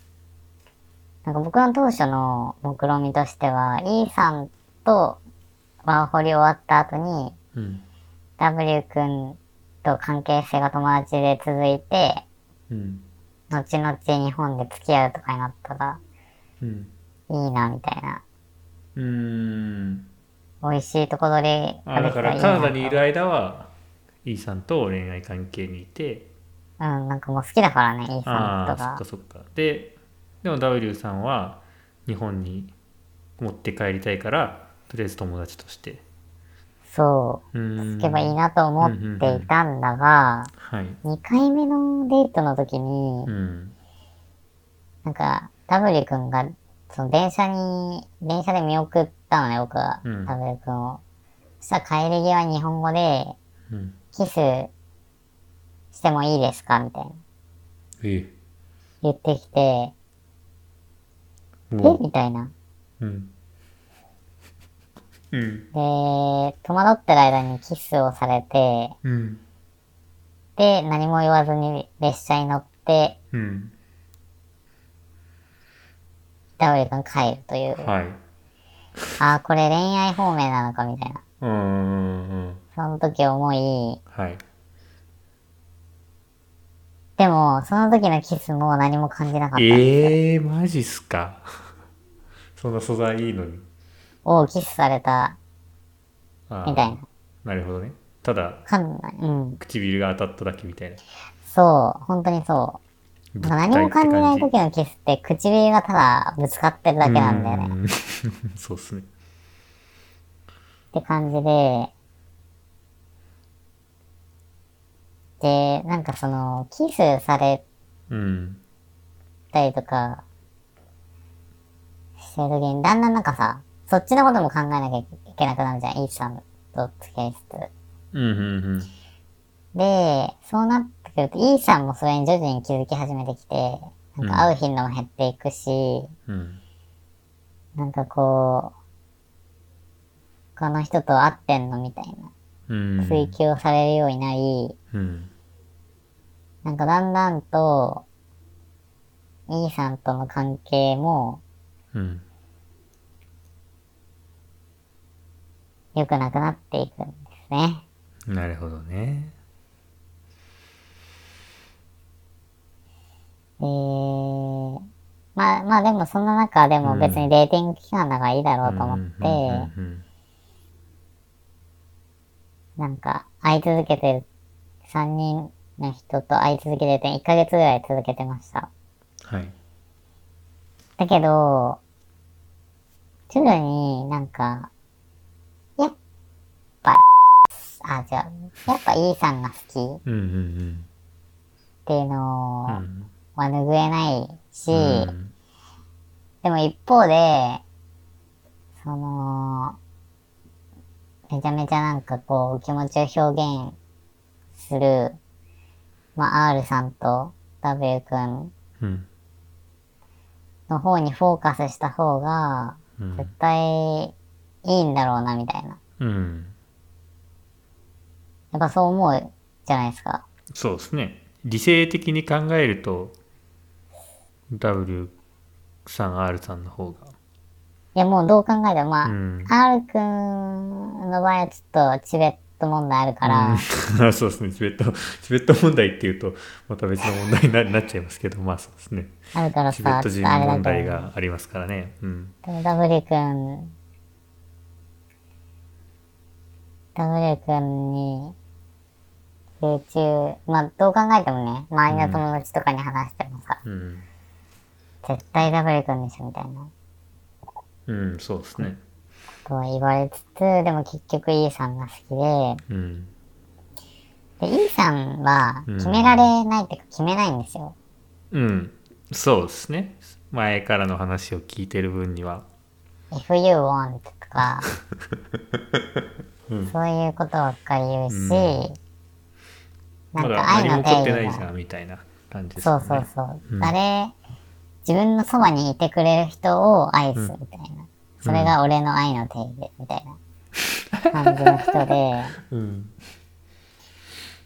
Speaker 2: なんか僕の当初の目論見みとしては、E さんとワーホリ終わった後に、
Speaker 1: うん
Speaker 2: W 君と関係性が友達で続いて、
Speaker 1: うん
Speaker 2: 後々日本で付き合うとかになったら
Speaker 1: うん
Speaker 2: いいな、みたいな。
Speaker 1: うーん
Speaker 2: 美味しいとこ取り
Speaker 1: あだから
Speaker 2: いい
Speaker 1: カ
Speaker 2: な
Speaker 1: ナダにいる
Speaker 2: と
Speaker 1: 間はイーさんと恋愛関係にいて
Speaker 2: うん、なんかもう好きだからね、E さん
Speaker 1: あ
Speaker 2: と
Speaker 1: あ
Speaker 2: か
Speaker 1: ー。そっかそっかででも W さんは日本に持って帰りたいからとりあえず友達として
Speaker 2: そう
Speaker 1: ー
Speaker 2: う、
Speaker 1: ん
Speaker 2: 聞けばいいなと思っていたんだが、
Speaker 1: はい
Speaker 2: 2回目のデートの時に
Speaker 1: う、ん
Speaker 2: なんか、ダブリ君が、その電車に、電車で見送ったのね、僕は、
Speaker 1: うん
Speaker 2: ダブリ君を。そしたら帰り際日本語で、
Speaker 1: うん
Speaker 2: キスしてもいいですかみたいな。
Speaker 1: え
Speaker 2: 言ってきて、え
Speaker 1: えも
Speaker 2: みたいな。
Speaker 1: ううんうん
Speaker 2: で、戸惑ってる間にキスをされて、
Speaker 1: うん
Speaker 2: で、何も言わずに列車に乗って、
Speaker 1: うん
Speaker 2: ダブリ君帰るという。
Speaker 1: はい
Speaker 2: ああ、これ恋愛方面なのかみたいな。
Speaker 1: うーん
Speaker 2: その時思い、
Speaker 1: はい
Speaker 2: でも、その時のキスも何も感じなかった。
Speaker 1: えー、マジっすか そんな素材いいのに
Speaker 2: おうキスされた、
Speaker 1: あー
Speaker 2: みたいな。
Speaker 1: なるほどねただ
Speaker 2: かんない。うん。
Speaker 1: 唇が当たっただけみたいな
Speaker 2: そう。本当にそう。なんか何も感じない
Speaker 1: 物
Speaker 2: 時のキスって唇がただぶつかってるだけなんだよね。っ
Speaker 1: ねそうっすね
Speaker 2: て感じで。で、なんかその、キスされ
Speaker 1: うん
Speaker 2: たりとか、してる時に、だんだんなんかさ、そっちのことも考えなきゃいけなくなるじゃん。イーさんと付き合いつつ。
Speaker 1: うんうんうん
Speaker 2: で、そうなってくると、イーさんもそれに徐々に気づき始めてきて、なんか会う頻度も減っていくし、
Speaker 1: うん
Speaker 2: なんかこう、他の人と会ってんのみたい
Speaker 1: うん
Speaker 2: な追求されるようになり、
Speaker 1: うん
Speaker 2: なんかだんだんと、イーさんとの関係も
Speaker 1: うん
Speaker 2: 良くなくなっていくんですね。
Speaker 1: なるほどね
Speaker 2: えー、まあまあでもそんな中でも別にデーティング期間だからいいだろうと思って、
Speaker 1: うんうん
Speaker 2: なんか、会い続けてる、3人の人と会い続けてて、1ヶ月ぐらい続けてました。
Speaker 1: はい
Speaker 2: だけど、徐々になんか、やっぱ、あ、じゃあ、やっぱ E さんが好き
Speaker 1: うんうん
Speaker 2: っていうの
Speaker 1: うんう
Speaker 2: は
Speaker 1: ん
Speaker 2: 拭えないし、
Speaker 1: うん
Speaker 2: でも一方で、その、めちゃめちゃなんかこう、気持ちを表現する、まあ、R さんと W 君
Speaker 1: うん
Speaker 2: の方にフォーカスした方が、
Speaker 1: うん
Speaker 2: 絶対いいんだろうな、みたいな。
Speaker 1: うん
Speaker 2: やっぱそう思うじゃないですか。
Speaker 1: そうですね理性的に考えると W さん R さんの方が
Speaker 2: いや、もうどう考えても、まあ、
Speaker 1: うん
Speaker 2: R 君の場合はちょっとチベット問題あるから、
Speaker 1: うん そうですねチベットチベット問題っていうとまた別の問題にななっちゃいますけどまあそうですね
Speaker 2: あるから
Speaker 1: チベッ
Speaker 2: さ、
Speaker 1: ト人
Speaker 2: ちょっとあれだ
Speaker 1: 問
Speaker 2: け
Speaker 1: 題
Speaker 2: ど、ね、
Speaker 1: がありますからねうん
Speaker 2: でも W 君、W 君に、集中、まあどう考えてもね、周りの友達とかに話してもさ、
Speaker 1: うん、
Speaker 2: 絶対 W 君でしょみたいな
Speaker 1: うん、そうですね
Speaker 2: ことを言われつつ、でも結局 E さんが好き
Speaker 1: うん
Speaker 2: で、で、E さんは
Speaker 1: うん
Speaker 2: 決められないっていうか決めないんですよ。
Speaker 1: うんそうですね前からの話を聞いてる分には
Speaker 2: If you want とか、そういうことばっかり言うし、な
Speaker 1: ま
Speaker 2: ん
Speaker 1: だ
Speaker 2: か愛
Speaker 1: 何
Speaker 2: の
Speaker 1: も起こってない
Speaker 2: 定
Speaker 1: じ
Speaker 2: 義
Speaker 1: ゃ
Speaker 2: が。
Speaker 1: んみたいな感じです
Speaker 2: そ
Speaker 1: よ
Speaker 2: う
Speaker 1: ね
Speaker 2: そうそう。
Speaker 1: うん
Speaker 2: 誰、自分のそばにいてくれる人を愛すみたいな。それが俺の愛の定義みたいな感じの人で、
Speaker 1: うん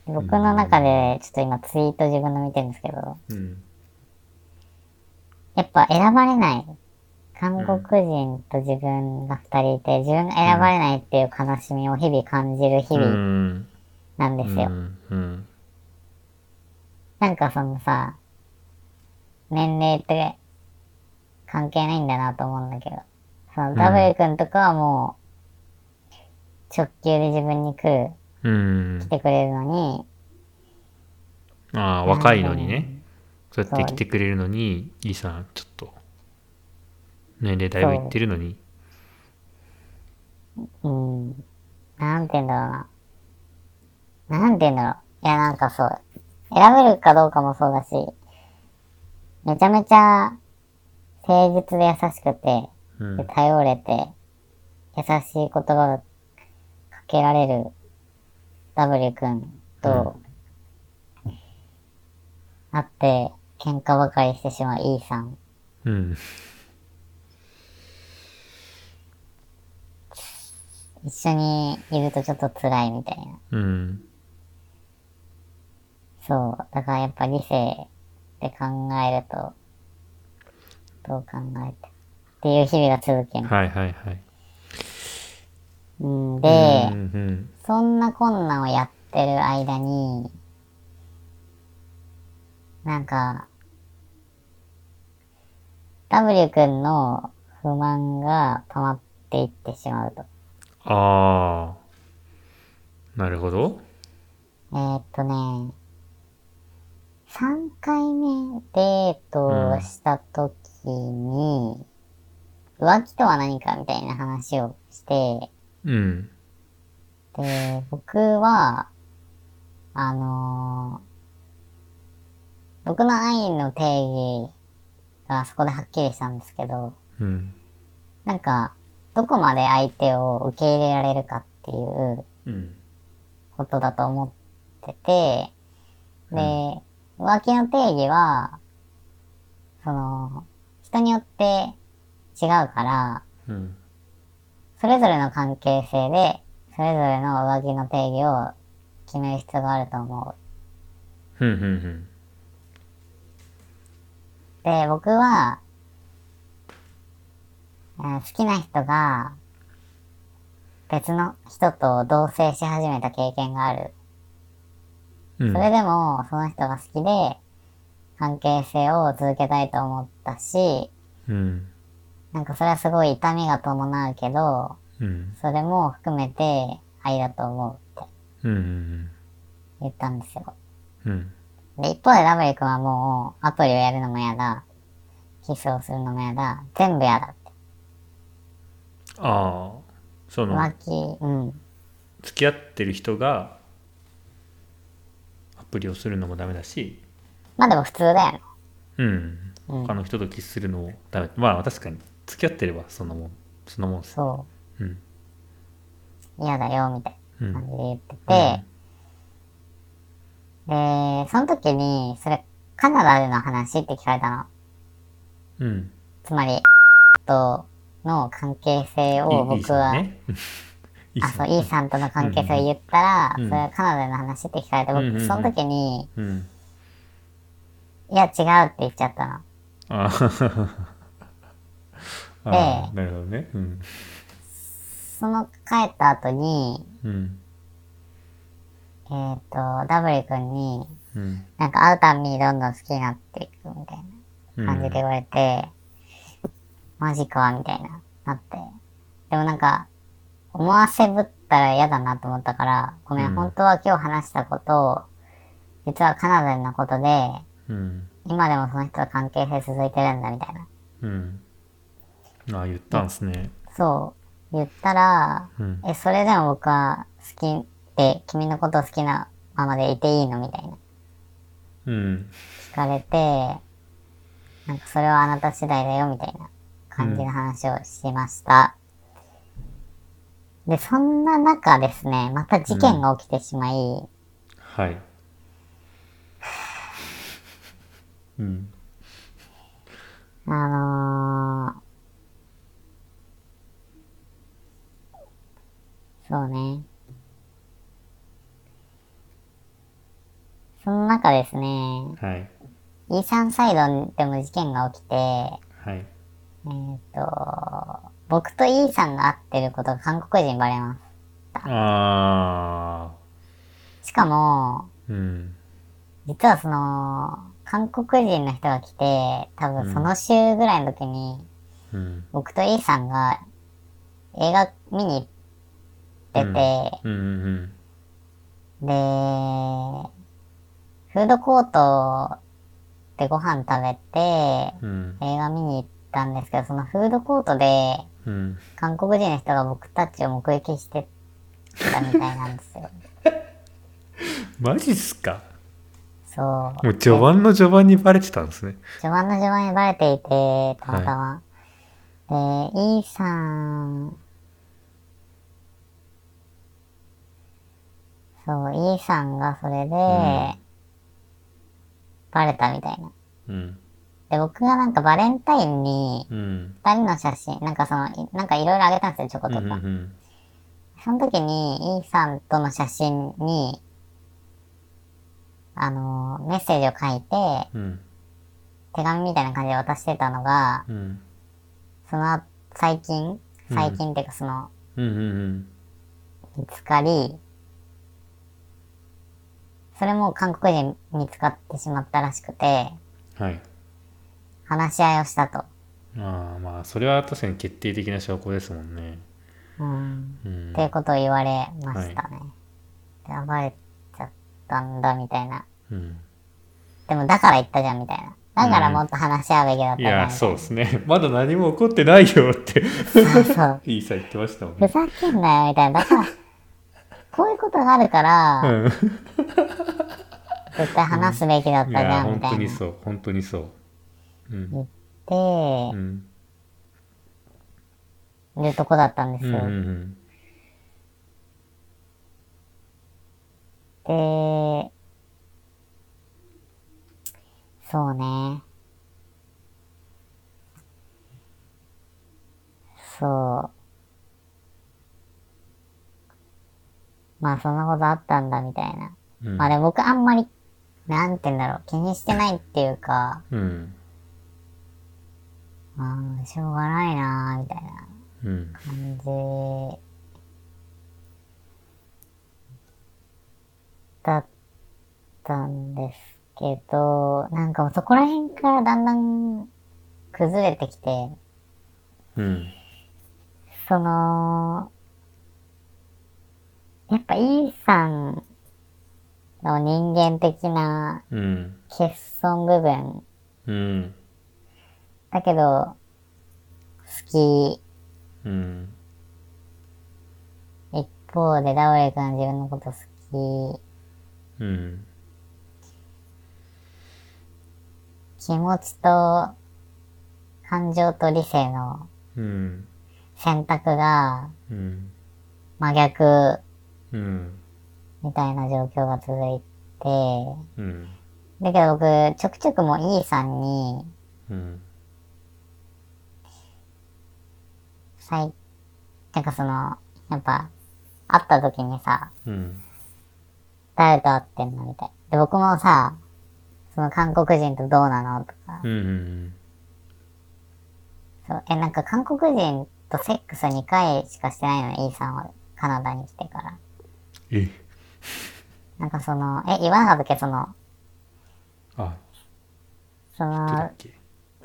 Speaker 2: 僕の中でちょっと今ツイート自分の見てるんですけど、
Speaker 1: うん
Speaker 2: やっぱ選ばれない。韓国人と自分が二人いて、自分が選ばれないっていう悲しみを日々感じる日
Speaker 1: う
Speaker 2: 々
Speaker 1: ん
Speaker 2: なんですよ。
Speaker 1: うんうん
Speaker 2: なんかそのさ、年齢って関係ないんだなと思うんだけど、その W 君とかはもう直球で自分に来る、
Speaker 1: うん
Speaker 2: 来てくれるの
Speaker 1: ああ若いのにねそうやって来てくれるのにイーさんちょっと年齢だいぶいってるのに
Speaker 2: に、うん、なんて言うんだろうな。なんて言うんだろう。いやなんかそう、選べるかどうかもそうだし、めちゃめちゃ誠実で優しくて、
Speaker 1: うん
Speaker 2: で頼れて、優しい言葉がかけられる W 君と、会って喧嘩ばかりしてしまう E さん。
Speaker 1: うん
Speaker 2: 一緒にいるとちょっと辛いみたいな。
Speaker 1: うん
Speaker 2: そう。だからやっぱ理性で考えると、どう考えてっていう日々が続きます。
Speaker 1: はいはいはい
Speaker 2: うんで、
Speaker 1: うん
Speaker 2: そんな困難をやってる間に、なんか、W 君の不満が溜まっていってしまうと。
Speaker 1: ああなるほど
Speaker 2: えーっとね、3回目デートをした時に、浮気とは何かみたいな話をして、
Speaker 1: うん
Speaker 2: で、僕は、あのー僕の愛の定義がそこではっきりしたんですけど、
Speaker 1: うん
Speaker 2: なんか、どこまで相手を受け入れられるかっていう
Speaker 1: うん
Speaker 2: ことだと思ってて、で、浮気の定義は、その、人によって違うから、
Speaker 1: うん
Speaker 2: それぞれの関係性で、それぞれの上着の定義を決める必要があると思
Speaker 1: うんうん
Speaker 2: う。で、僕は、えー好きな人が、別の人と同棲し始めた経験がある。
Speaker 1: うん
Speaker 2: それでも、その人が好きで、関係性を続けたいと思ったし、
Speaker 1: うん
Speaker 2: なんかそれはすごい痛みが伴うけど、
Speaker 1: うん
Speaker 2: それも含めて愛だと思うって
Speaker 1: うん
Speaker 2: 言ったんですよ。
Speaker 1: うん
Speaker 2: で、一方で W 君はもう、アプリをやるのもやだ、キスをするのもやだ、全部やだって。
Speaker 1: ああその
Speaker 2: 浮気、うん。
Speaker 1: 付き合ってる人がアプリをするのもダメだし
Speaker 2: まあでも普通だよね。
Speaker 1: うん
Speaker 2: うん
Speaker 1: 他の人とキスするのもダメまあ確かに付き合ってればそんなもんそんなもんです
Speaker 2: そ
Speaker 1: うん
Speaker 2: う。嫌だよ、みたいうな感じ
Speaker 1: ん
Speaker 2: で言ってて、で、その時に、それ、カナダでの話って聞かれたの。
Speaker 1: うん
Speaker 2: つまり、との関係性を
Speaker 1: いいいい
Speaker 2: 僕
Speaker 1: さん
Speaker 2: は、
Speaker 1: ねいい
Speaker 2: あ、
Speaker 1: さ
Speaker 2: そ
Speaker 1: ん
Speaker 2: う、E さんとの関係性を言ったら、
Speaker 1: う
Speaker 2: そ
Speaker 1: ん
Speaker 2: れはカナダでの話って聞かれて、
Speaker 1: うんうんう
Speaker 2: 僕、
Speaker 1: ん
Speaker 2: その時に、
Speaker 1: うん
Speaker 2: いや、違うって言っちゃったの。
Speaker 1: あーあーなるほどねうん
Speaker 2: その帰った後に、
Speaker 1: うん
Speaker 2: えーっ、と、ダブリ君に、
Speaker 1: うん
Speaker 2: なんか会うたんびにどんどん好きになっていくみたいな感じで言われて、マジか、みたいな、なって。でもなんか、思わせぶったら嫌だなと思ったから、ごめん、
Speaker 1: うん
Speaker 2: 本当は今日話したことを、実はカナダのことで、
Speaker 1: うん
Speaker 2: 今でもその人と関係性続いてるんだ、みたいな。
Speaker 1: うんあ言ったんすね
Speaker 2: そう、言ったら、
Speaker 1: うん
Speaker 2: え、それでも僕は好きで、君のことを好きなままでいていいのみたいな。
Speaker 1: うん
Speaker 2: 聞かれて、なんかそれはあなた次第だよみたいな感じの話をしました。で、そんな中ですね、また事件が起きてしまい、
Speaker 1: はいうん
Speaker 2: あのー、そうね。その中ですね、
Speaker 1: はい
Speaker 2: イーサンサイドでも事件が起きて、
Speaker 1: はい
Speaker 2: えー、と、僕とイーさんが会ってることが韓国人にバレま
Speaker 1: ああ
Speaker 2: す。しかも、
Speaker 1: うん
Speaker 2: 実はその、韓国人の人が来て、多分その週ぐらいの時に、
Speaker 1: うん
Speaker 2: 僕とイーさんが映画見に行ってて、
Speaker 1: うんうん
Speaker 2: で、フードコートでご飯食べて、
Speaker 1: うん
Speaker 2: 映画見に行ったんですけど、そのフードコートで、
Speaker 1: うん
Speaker 2: 韓国人の人が僕たちを目撃してたみたいなんですよ。
Speaker 1: マジっすか
Speaker 2: そう。
Speaker 1: もう序盤の序盤にバレてたんですね
Speaker 2: 序盤の序盤にバレていて、たまたま。で、イーさん、そう、イーさんがそれで、バレたみたいな。
Speaker 1: うん
Speaker 2: で、僕がなんかバレンタインに、
Speaker 1: うん
Speaker 2: 二人の写真、なんかその、いなんかいろいろあげたんですよ、チョコ
Speaker 1: うん
Speaker 2: と
Speaker 1: う
Speaker 2: か。
Speaker 1: んうん
Speaker 2: その時に、イーさんとの写真に、あの、メッセージを書いて、
Speaker 1: うん
Speaker 2: 手紙みたいな感じで渡してたのが、
Speaker 1: うん
Speaker 2: その、最近、
Speaker 1: うん
Speaker 2: 最近っていうかその、
Speaker 1: うんうん
Speaker 2: 見つかり、それも韓国人見つかってしまったらしくて、
Speaker 1: はい
Speaker 2: 話し合いをしたと。
Speaker 1: ああまあそれは確かに決定的な証拠ですもんね
Speaker 2: うん。
Speaker 1: うん
Speaker 2: っていうことを言われましたね。で暴れちゃったんだ、みたいな。
Speaker 1: うん
Speaker 2: でも、だから言ったじゃん、みたいな。だからもっと話し合うべきだ
Speaker 1: い
Speaker 2: ったじゃんみたいな。
Speaker 1: やそうですねまだ何も起こってないよって
Speaker 2: そうそう。
Speaker 1: いいさ言ってましたもん
Speaker 2: ふ
Speaker 1: ね
Speaker 2: ざけんなよ、みたいな。だから、こういうことがあるか
Speaker 1: う
Speaker 2: ら、
Speaker 1: ん
Speaker 2: 絶対話すべきだった
Speaker 1: い
Speaker 2: じゃ
Speaker 1: や
Speaker 2: ん、み
Speaker 1: 本
Speaker 2: た
Speaker 1: 当
Speaker 2: い
Speaker 1: に
Speaker 2: な。
Speaker 1: そう本当にそううんう
Speaker 2: で、
Speaker 1: ん
Speaker 2: いうとこだったん
Speaker 1: う
Speaker 2: です
Speaker 1: ん
Speaker 2: よ。
Speaker 1: うん
Speaker 2: で、そうね。そう。まあ、そんなことあったんだ、みたいな。
Speaker 1: うん
Speaker 2: まあ、でも僕あんまり、なんて言うんだろう、気にしてないっていうか、
Speaker 1: うん
Speaker 2: まあ、しょうがないなーみたいな
Speaker 1: うん
Speaker 2: 感じだったんですけど、なんかもうそこら辺からだんだん崩れてきて、
Speaker 1: うん
Speaker 2: その、やっぱ E さんの人間的な
Speaker 1: うん
Speaker 2: 欠損部分
Speaker 1: うん
Speaker 2: だけど、好き
Speaker 1: うん
Speaker 2: 一方でダブレ君は自分のこと好
Speaker 1: うん
Speaker 2: き気持ちと感情と理性の
Speaker 1: うん
Speaker 2: 選択が
Speaker 1: うん
Speaker 2: 真逆
Speaker 1: うん
Speaker 2: みたいな状況が続いて
Speaker 1: うん
Speaker 2: だけど僕ちょくちょくもう E さんに
Speaker 1: うん
Speaker 2: 最なんかそのやっぱ会った時にさ
Speaker 1: うん
Speaker 2: 誰と会ってんのみたいで僕もさその韓国人とどうなのとか
Speaker 1: うんうん
Speaker 2: そうえなんか韓国人とセックス2回しかしてないの E さんはカナダに来てから
Speaker 1: え
Speaker 2: なんかその、え、言わなかったっけその、
Speaker 1: あ
Speaker 2: そ
Speaker 1: どうだっ
Speaker 2: の、
Speaker 1: け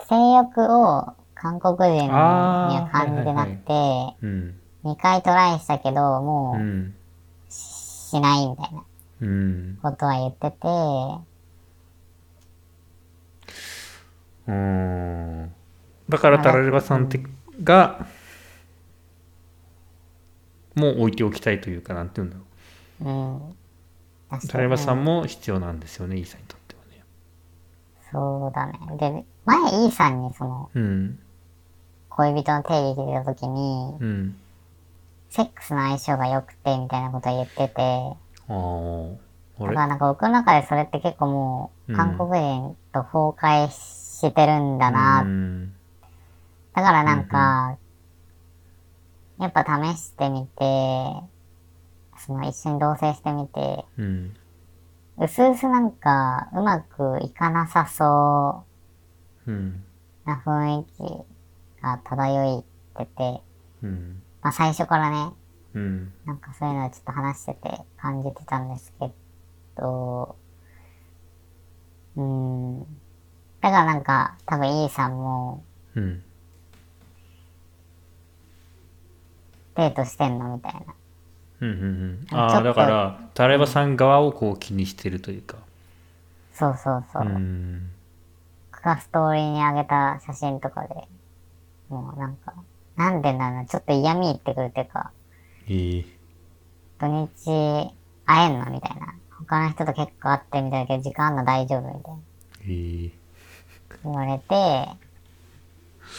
Speaker 2: 性欲を韓国人には感じてなくて、
Speaker 1: うん
Speaker 2: 2回トライしたけど、も
Speaker 1: う
Speaker 2: うんしないみたいな
Speaker 1: うん
Speaker 2: ことは言ってて、
Speaker 1: うんだからタラレバさんってがもう置いておきたいというかなんていうんだろ
Speaker 2: うん。確
Speaker 1: うタ
Speaker 2: かに
Speaker 1: ラレバさんも必要なんですよねイーサにとってはね
Speaker 2: そうだね。で、前、イーさんにその、
Speaker 1: うん
Speaker 2: 恋人の定義聞いたときに、
Speaker 1: うん
Speaker 2: セックスの相性が良くて、みたいなことを言ってて、
Speaker 1: あーあ
Speaker 2: だ
Speaker 1: れ
Speaker 2: からなんか僕の中でそれって結構も
Speaker 1: う
Speaker 2: う、
Speaker 1: ん
Speaker 2: 韓国人と崩壊してるんだなっ
Speaker 1: うん
Speaker 2: だからなんか、やっぱ試してみて、その一緒に同棲してみて、
Speaker 1: うん
Speaker 2: うすうすなんかうまくいかなさそ
Speaker 1: うん
Speaker 2: うな雰囲気が漂ってて、
Speaker 1: うん
Speaker 2: まあ最初からね、
Speaker 1: うん
Speaker 2: なんかそういうのをちょっと話してて感じてたんですけど、うーん。だからなんか多分イーさんも
Speaker 1: うん
Speaker 2: デートしてんのみたいな。
Speaker 1: うんうんうん
Speaker 2: あちょ
Speaker 1: あ
Speaker 2: っ
Speaker 1: あ
Speaker 2: と
Speaker 1: だからタラレバさん側をこう気にしてるというか
Speaker 2: そうそうそうう。
Speaker 1: ん
Speaker 2: がストーリーに上げた写真とかで、もうなんか、なんでなのちょっと嫌味言ってくるっていうか、
Speaker 1: いい
Speaker 2: 土日会えんのみたいな。他の人と結構会ってみたいだけど、時間あんの大丈夫みたいな。
Speaker 1: いい
Speaker 2: 言われて、で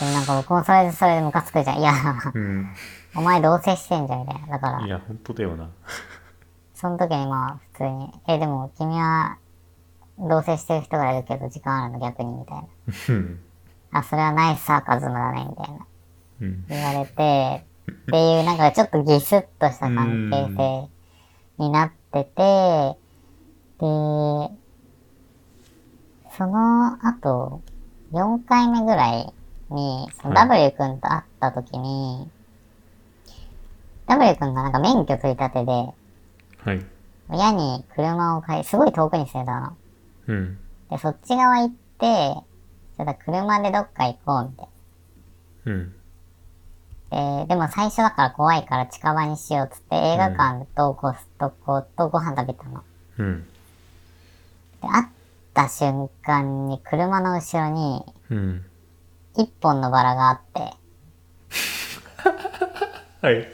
Speaker 2: もなんか僕もそれでそれでムカつくじゃん。いや、
Speaker 1: うん
Speaker 2: お前同棲してんじゃんみたいな。だか
Speaker 1: い
Speaker 2: ら、
Speaker 1: や本当だよな
Speaker 2: その時にまあ普通に、え、でも君は同棲してる人がいるけど時間あるの逆にみたいな。
Speaker 1: うん
Speaker 2: あ、それはナイスサーカズムだねみたいな。
Speaker 1: うん
Speaker 2: 言われて、っていう、なんかちょっとギスッとした関係性になってて、で、その後、4回目ぐらいに、その
Speaker 1: はい
Speaker 2: W 君と会った時に、W 君がなんか免許取り立てで、
Speaker 1: はい
Speaker 2: 親に車を借り、すごい遠くに住んでたの。
Speaker 1: うん
Speaker 2: で、そっち側行って、ちょっと車でどっか行こうみたいな。
Speaker 1: うん
Speaker 2: えーでも最初だから怖いから近場にしようっつって映画館とコストコとご飯食べたの。
Speaker 1: うん
Speaker 2: で、会った瞬間に車の後ろに
Speaker 1: うん
Speaker 2: 一本のバラがあって、
Speaker 1: はい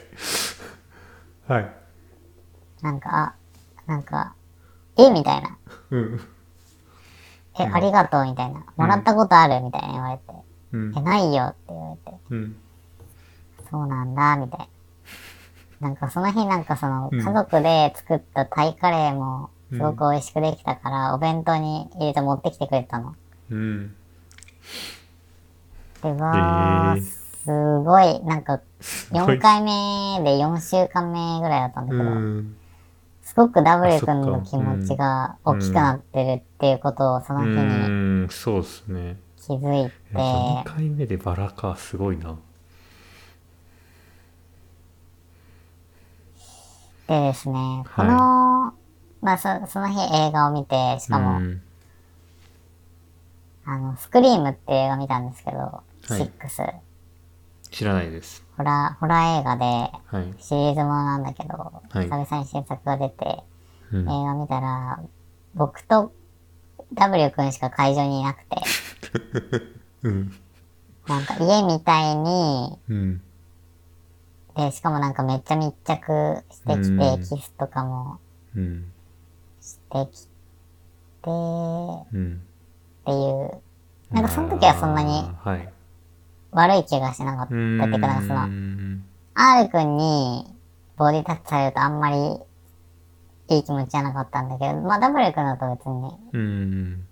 Speaker 1: はい
Speaker 2: なんか、あ、なんか、えみたいな。
Speaker 1: うん
Speaker 2: え、ありがとうみたいな。もらったことあるみたいな言われて。
Speaker 1: うん
Speaker 2: え、ないよって言われて。
Speaker 1: うん
Speaker 2: そうなんだ、みたいな。なんかその日なんかその
Speaker 1: うん
Speaker 2: 家族で作ったタイカレーもすごく美味しくできたから、お弁当に入れて持ってきてくれたの。
Speaker 1: うん
Speaker 2: うわー、
Speaker 1: えー
Speaker 2: すごい、なんか、
Speaker 1: ごい
Speaker 2: 4回目で4週間目ぐらいだったんだ
Speaker 1: う
Speaker 2: けど、
Speaker 1: ん
Speaker 2: すごく
Speaker 1: あ
Speaker 2: W
Speaker 1: そっか
Speaker 2: 君の気持ちが大きくなってるっていうことをその
Speaker 1: う
Speaker 2: 日に
Speaker 1: んそうですね
Speaker 2: 気づいて、
Speaker 1: え3回目でバラかすごいな
Speaker 2: でですね、この、まあそ、その日映画を見て、し
Speaker 1: う
Speaker 2: かも、
Speaker 1: ん
Speaker 2: あの、スクリームって映画見たんですけど、
Speaker 1: い
Speaker 2: 6、
Speaker 1: 知らないです
Speaker 2: ホラー、ホラー映画で、
Speaker 1: はい
Speaker 2: シリーズものなんだけど、
Speaker 1: はい
Speaker 2: 久々に新作が出て、
Speaker 1: うん
Speaker 2: 映画見たら、僕と W 君しか会場にいなくて、
Speaker 1: うん
Speaker 2: なんか家みたいに、
Speaker 1: うん
Speaker 2: で、しかもなんかめっちゃ密着してき
Speaker 1: うん
Speaker 2: て、キスとかも
Speaker 1: うん
Speaker 2: してきて、っ
Speaker 1: うん
Speaker 2: ていう、なんかその時はそんなに
Speaker 1: あーはい
Speaker 2: 悪い気がしなかったって
Speaker 1: う
Speaker 2: いうか、なんかその、
Speaker 1: ん
Speaker 2: R 君にボディタッチされるとあんまりいい気持ちじゃなかったんだけど、まあ W 君だと別に
Speaker 1: うん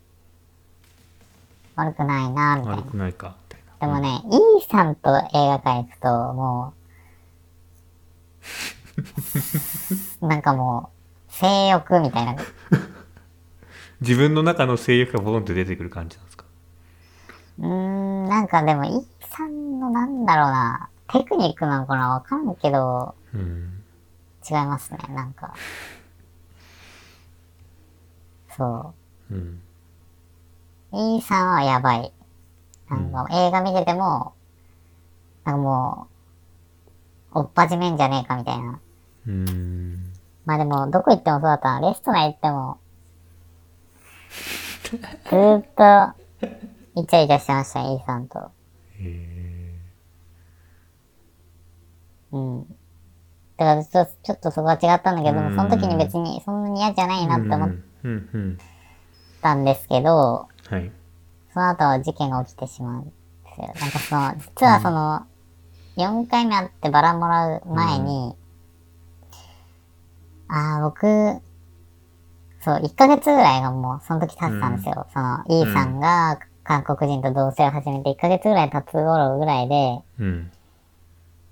Speaker 2: 悪くないな、みたい
Speaker 1: 悪
Speaker 2: な。
Speaker 1: くないかみたいな
Speaker 2: でもね、E さんと映画館行くと、もう、なんかもう、性欲みたいな、
Speaker 1: 自分の中の性欲がボンって出てくる感じなんですか
Speaker 2: うーん、なんかでも、イーさんのなんだろうな、テクニックなのかなわかんないけど、
Speaker 1: うん
Speaker 2: 違いますね、なんか。そ
Speaker 1: うん
Speaker 2: う。E さんはやばい。なんか、映画見てても、なんかもう、おっぱじめんじゃねえかみたいな。
Speaker 1: うーん
Speaker 2: まあでも、どこ行ってもそうだったな。レストラン行っても、ずーっと、イチャイチャしてましたね、イーさんと。
Speaker 1: え
Speaker 2: うん。だからちょっと、ちょっとそこは違ったんだけど、でも
Speaker 1: うん
Speaker 2: その時に別にそんなに嫌じゃない
Speaker 1: ー
Speaker 2: なって思っ
Speaker 1: うんうんうん
Speaker 2: たんですけど、
Speaker 1: はい
Speaker 2: その後は事件が起きてしまうんですよ。なんかその、実はその、4回目会ってバラもらう前に、ああ、僕、そう、1ヶ月ぐらいがもう、その時経ってたんですよ。その、イーさんが韓国人と同棲を始めて1ヶ月ぐらい経つ頃ぐらいで、
Speaker 1: うん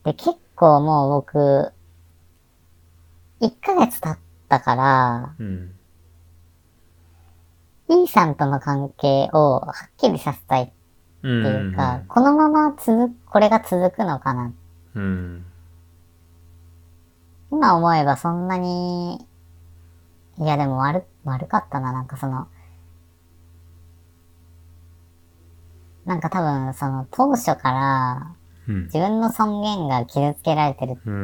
Speaker 2: で、結構もう僕、1ヶ月経ったから、
Speaker 1: うん
Speaker 2: イーさんとの関係をはっきりさせたい
Speaker 1: うん
Speaker 2: っていうか、このまま続く、これが続くのかな。
Speaker 1: うん
Speaker 2: 今思えばそんなに、いやでも悪、悪かったな、なんかその、なんか多分その当初から
Speaker 1: うん
Speaker 2: 自分の尊厳が傷つけられてる
Speaker 1: うんう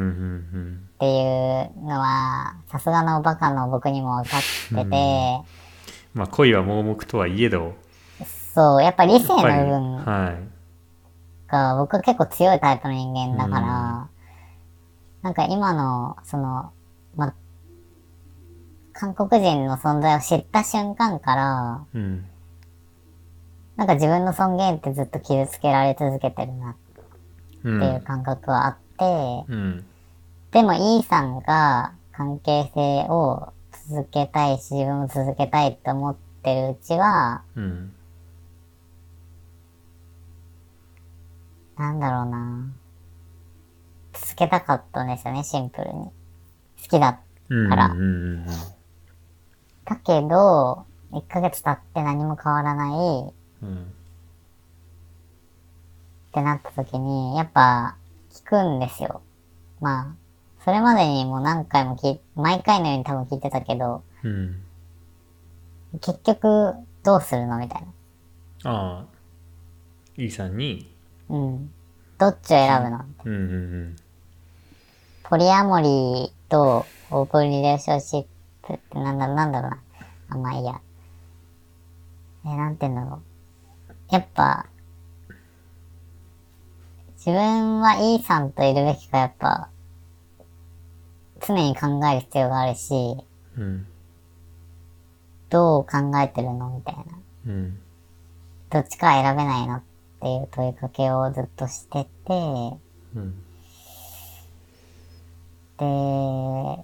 Speaker 1: ん
Speaker 2: っていうのは、さすがのバカの僕にも分かってて、
Speaker 1: まあ恋は盲目とはいえど
Speaker 2: そう、やっぱ理
Speaker 1: やっ
Speaker 2: 性の部
Speaker 1: ぱり
Speaker 2: 分
Speaker 1: はい
Speaker 2: が僕は結構強いタイプの人間だから、なんか今の、その、ま、韓国人の存在を知った瞬間から、
Speaker 1: うん
Speaker 2: なんか自分の尊厳ってずっと傷つけられ続けてるなっ
Speaker 1: う
Speaker 2: ていうん感覚はあって、
Speaker 1: うん
Speaker 2: でも E さんが関係性を続けたいし、自分も続けたいって思ってるうちは、
Speaker 1: うん
Speaker 2: なんだろうな続けたかったんですよね、シンプルに。好きだっ
Speaker 1: うん
Speaker 2: あら
Speaker 1: うんうん
Speaker 2: たけど、1ヶ月経って何も変わらない
Speaker 1: うん
Speaker 2: ってなった時に、やっぱ聞くんですよ。まあ、それまでにもう何回も聞い、毎回のように多分聞いてたけど、
Speaker 1: うん
Speaker 2: 結局どうするのみたいな。
Speaker 1: ああイーさんに
Speaker 2: うん。どっちを選ぶの
Speaker 1: うんうん
Speaker 2: ポリアモリーとオープンリレーションシップってなんだ、なんだろうな。あ、まあいいや。え、なんて言うんだろう。やっぱ、自分は E さんといるべきか、やっぱ、常に考える必要があるし、
Speaker 1: うんうん
Speaker 2: どう考えてるのみたいな。
Speaker 1: うん
Speaker 2: どっちかは選べないのっていう問いかけをずっとしてて、
Speaker 1: うん
Speaker 2: で、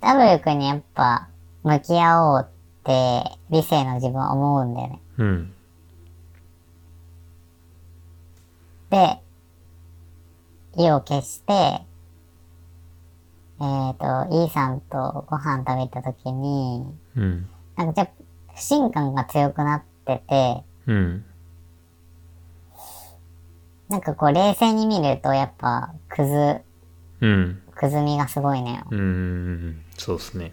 Speaker 2: W 君にやっぱ向き合おうって理性の自分は思うんだよね。
Speaker 1: うん
Speaker 2: で、意を決して、えっ、と、E さんとご飯食べた時に、
Speaker 1: うん
Speaker 2: なんかちょっと不信感が強くなってて、
Speaker 1: うん
Speaker 2: なんかこう冷静に見るとやっぱくず、
Speaker 1: うん
Speaker 2: くずみがすごいのよ。
Speaker 1: うんうんそうですね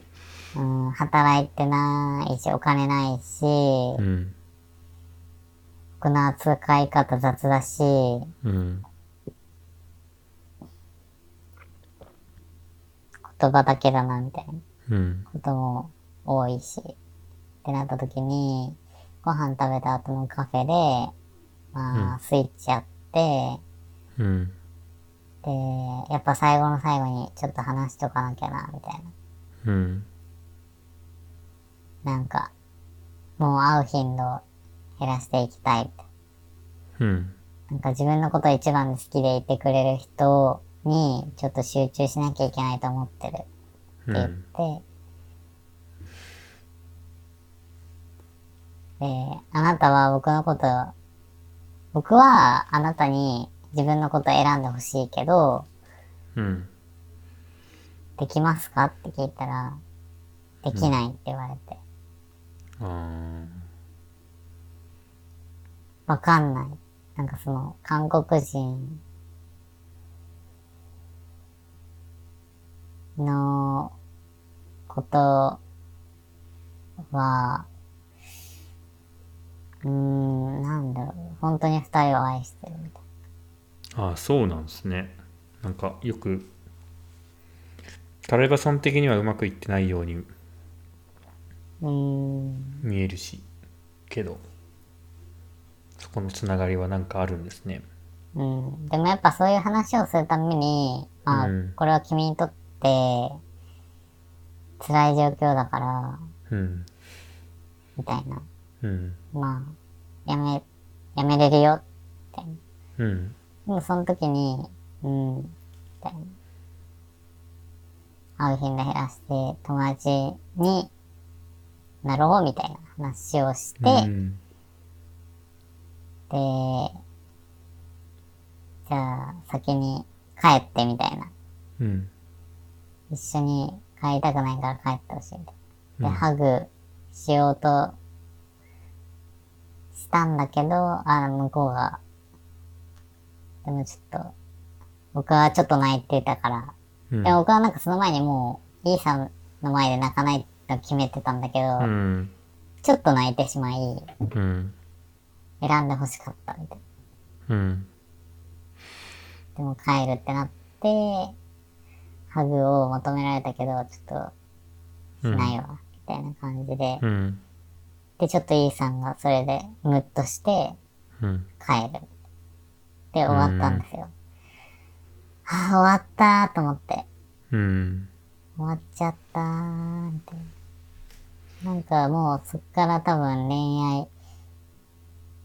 Speaker 2: うん、働いてないし、お金ないし、
Speaker 1: うん
Speaker 2: 僕の扱い方雑だし、
Speaker 1: うん
Speaker 2: 言葉だけだなみたいな
Speaker 1: うん
Speaker 2: ことも多いしってなった時にご飯食べた後のカフェでまあ、スイッチやって
Speaker 1: うん
Speaker 2: でやっぱ最後の最後にちょっと話しとかなきゃなみたい
Speaker 1: うん
Speaker 2: ななんかもう会う頻度を減らしていきたいみたい
Speaker 1: うん
Speaker 2: ななんか自分のこと一番好きでいてくれる人にちょっと集中しなきゃいけないと思ってるって言って、で、あなたは僕のこと、僕はあなたに自分のこと選んでほしいけど、
Speaker 1: うん
Speaker 2: できますかって聞いたら、できないって言われて、
Speaker 1: あ
Speaker 2: わかんない。なんかその、韓国人のことは、うーん、なんだろう。本当に二人を愛してるみたい。
Speaker 1: ああそうなんですねなんかよくタライバさん的にはうまくいってないように
Speaker 2: うーん、
Speaker 1: 見えるしけどそこのつながりはなんかあるんですね
Speaker 2: うん。でもやっぱそういう話をするために、あ、
Speaker 1: うん
Speaker 2: これは君にとって、辛い状況だから、
Speaker 1: うん
Speaker 2: みたいな。
Speaker 1: うん
Speaker 2: まあ、やめ、やめれるよ、みたいな。
Speaker 1: うん
Speaker 2: でもその時に、うん、みたいな。会う頻度減らして、友達になろう、みたいな話をして、
Speaker 1: うん
Speaker 2: で、じゃあ、先に帰って、みたいな。
Speaker 1: うん
Speaker 2: 一緒に帰りたくないから帰ってほしい、みたいな。
Speaker 1: うん
Speaker 2: で、ハグしようとしたんだけど、あ向こうが、でもちょっと、僕はちょっと泣いてたから、
Speaker 1: うん
Speaker 2: で僕はなんかその前にもう、イーさんの前で泣かないと決めてたんだけど、
Speaker 1: うん
Speaker 2: ちょっと泣いてしまい、
Speaker 1: うん
Speaker 2: 選んで欲しかったみたいな。
Speaker 1: うん
Speaker 2: でも帰るってなって、ハグを求められたけど、ちょっと、しないわ、みたいな感じで。
Speaker 1: うん
Speaker 2: で、ちょっとイーさんがそれでムッとして、
Speaker 1: うん
Speaker 2: 帰る。で、終わったんですよ。はあ、終わったーと思って。
Speaker 1: うん
Speaker 2: 終わっちゃったーみたいな。なんかもうそっから多分恋愛っ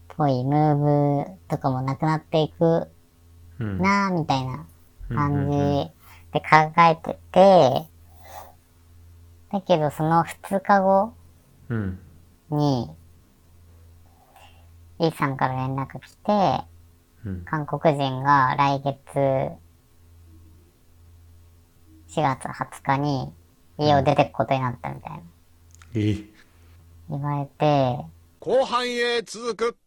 Speaker 2: ぽいムーブとかもなくなっていく
Speaker 1: うん
Speaker 2: なーみたいな感
Speaker 1: うんうんうん
Speaker 2: じで考えてて、だけどその2日後
Speaker 1: うん
Speaker 2: に、イーさんから連絡来て、
Speaker 1: うん
Speaker 2: 韓国人が来月4月20日に家を出てくことになったみたいな、
Speaker 1: え
Speaker 2: 言われて、
Speaker 3: 後半へ続く。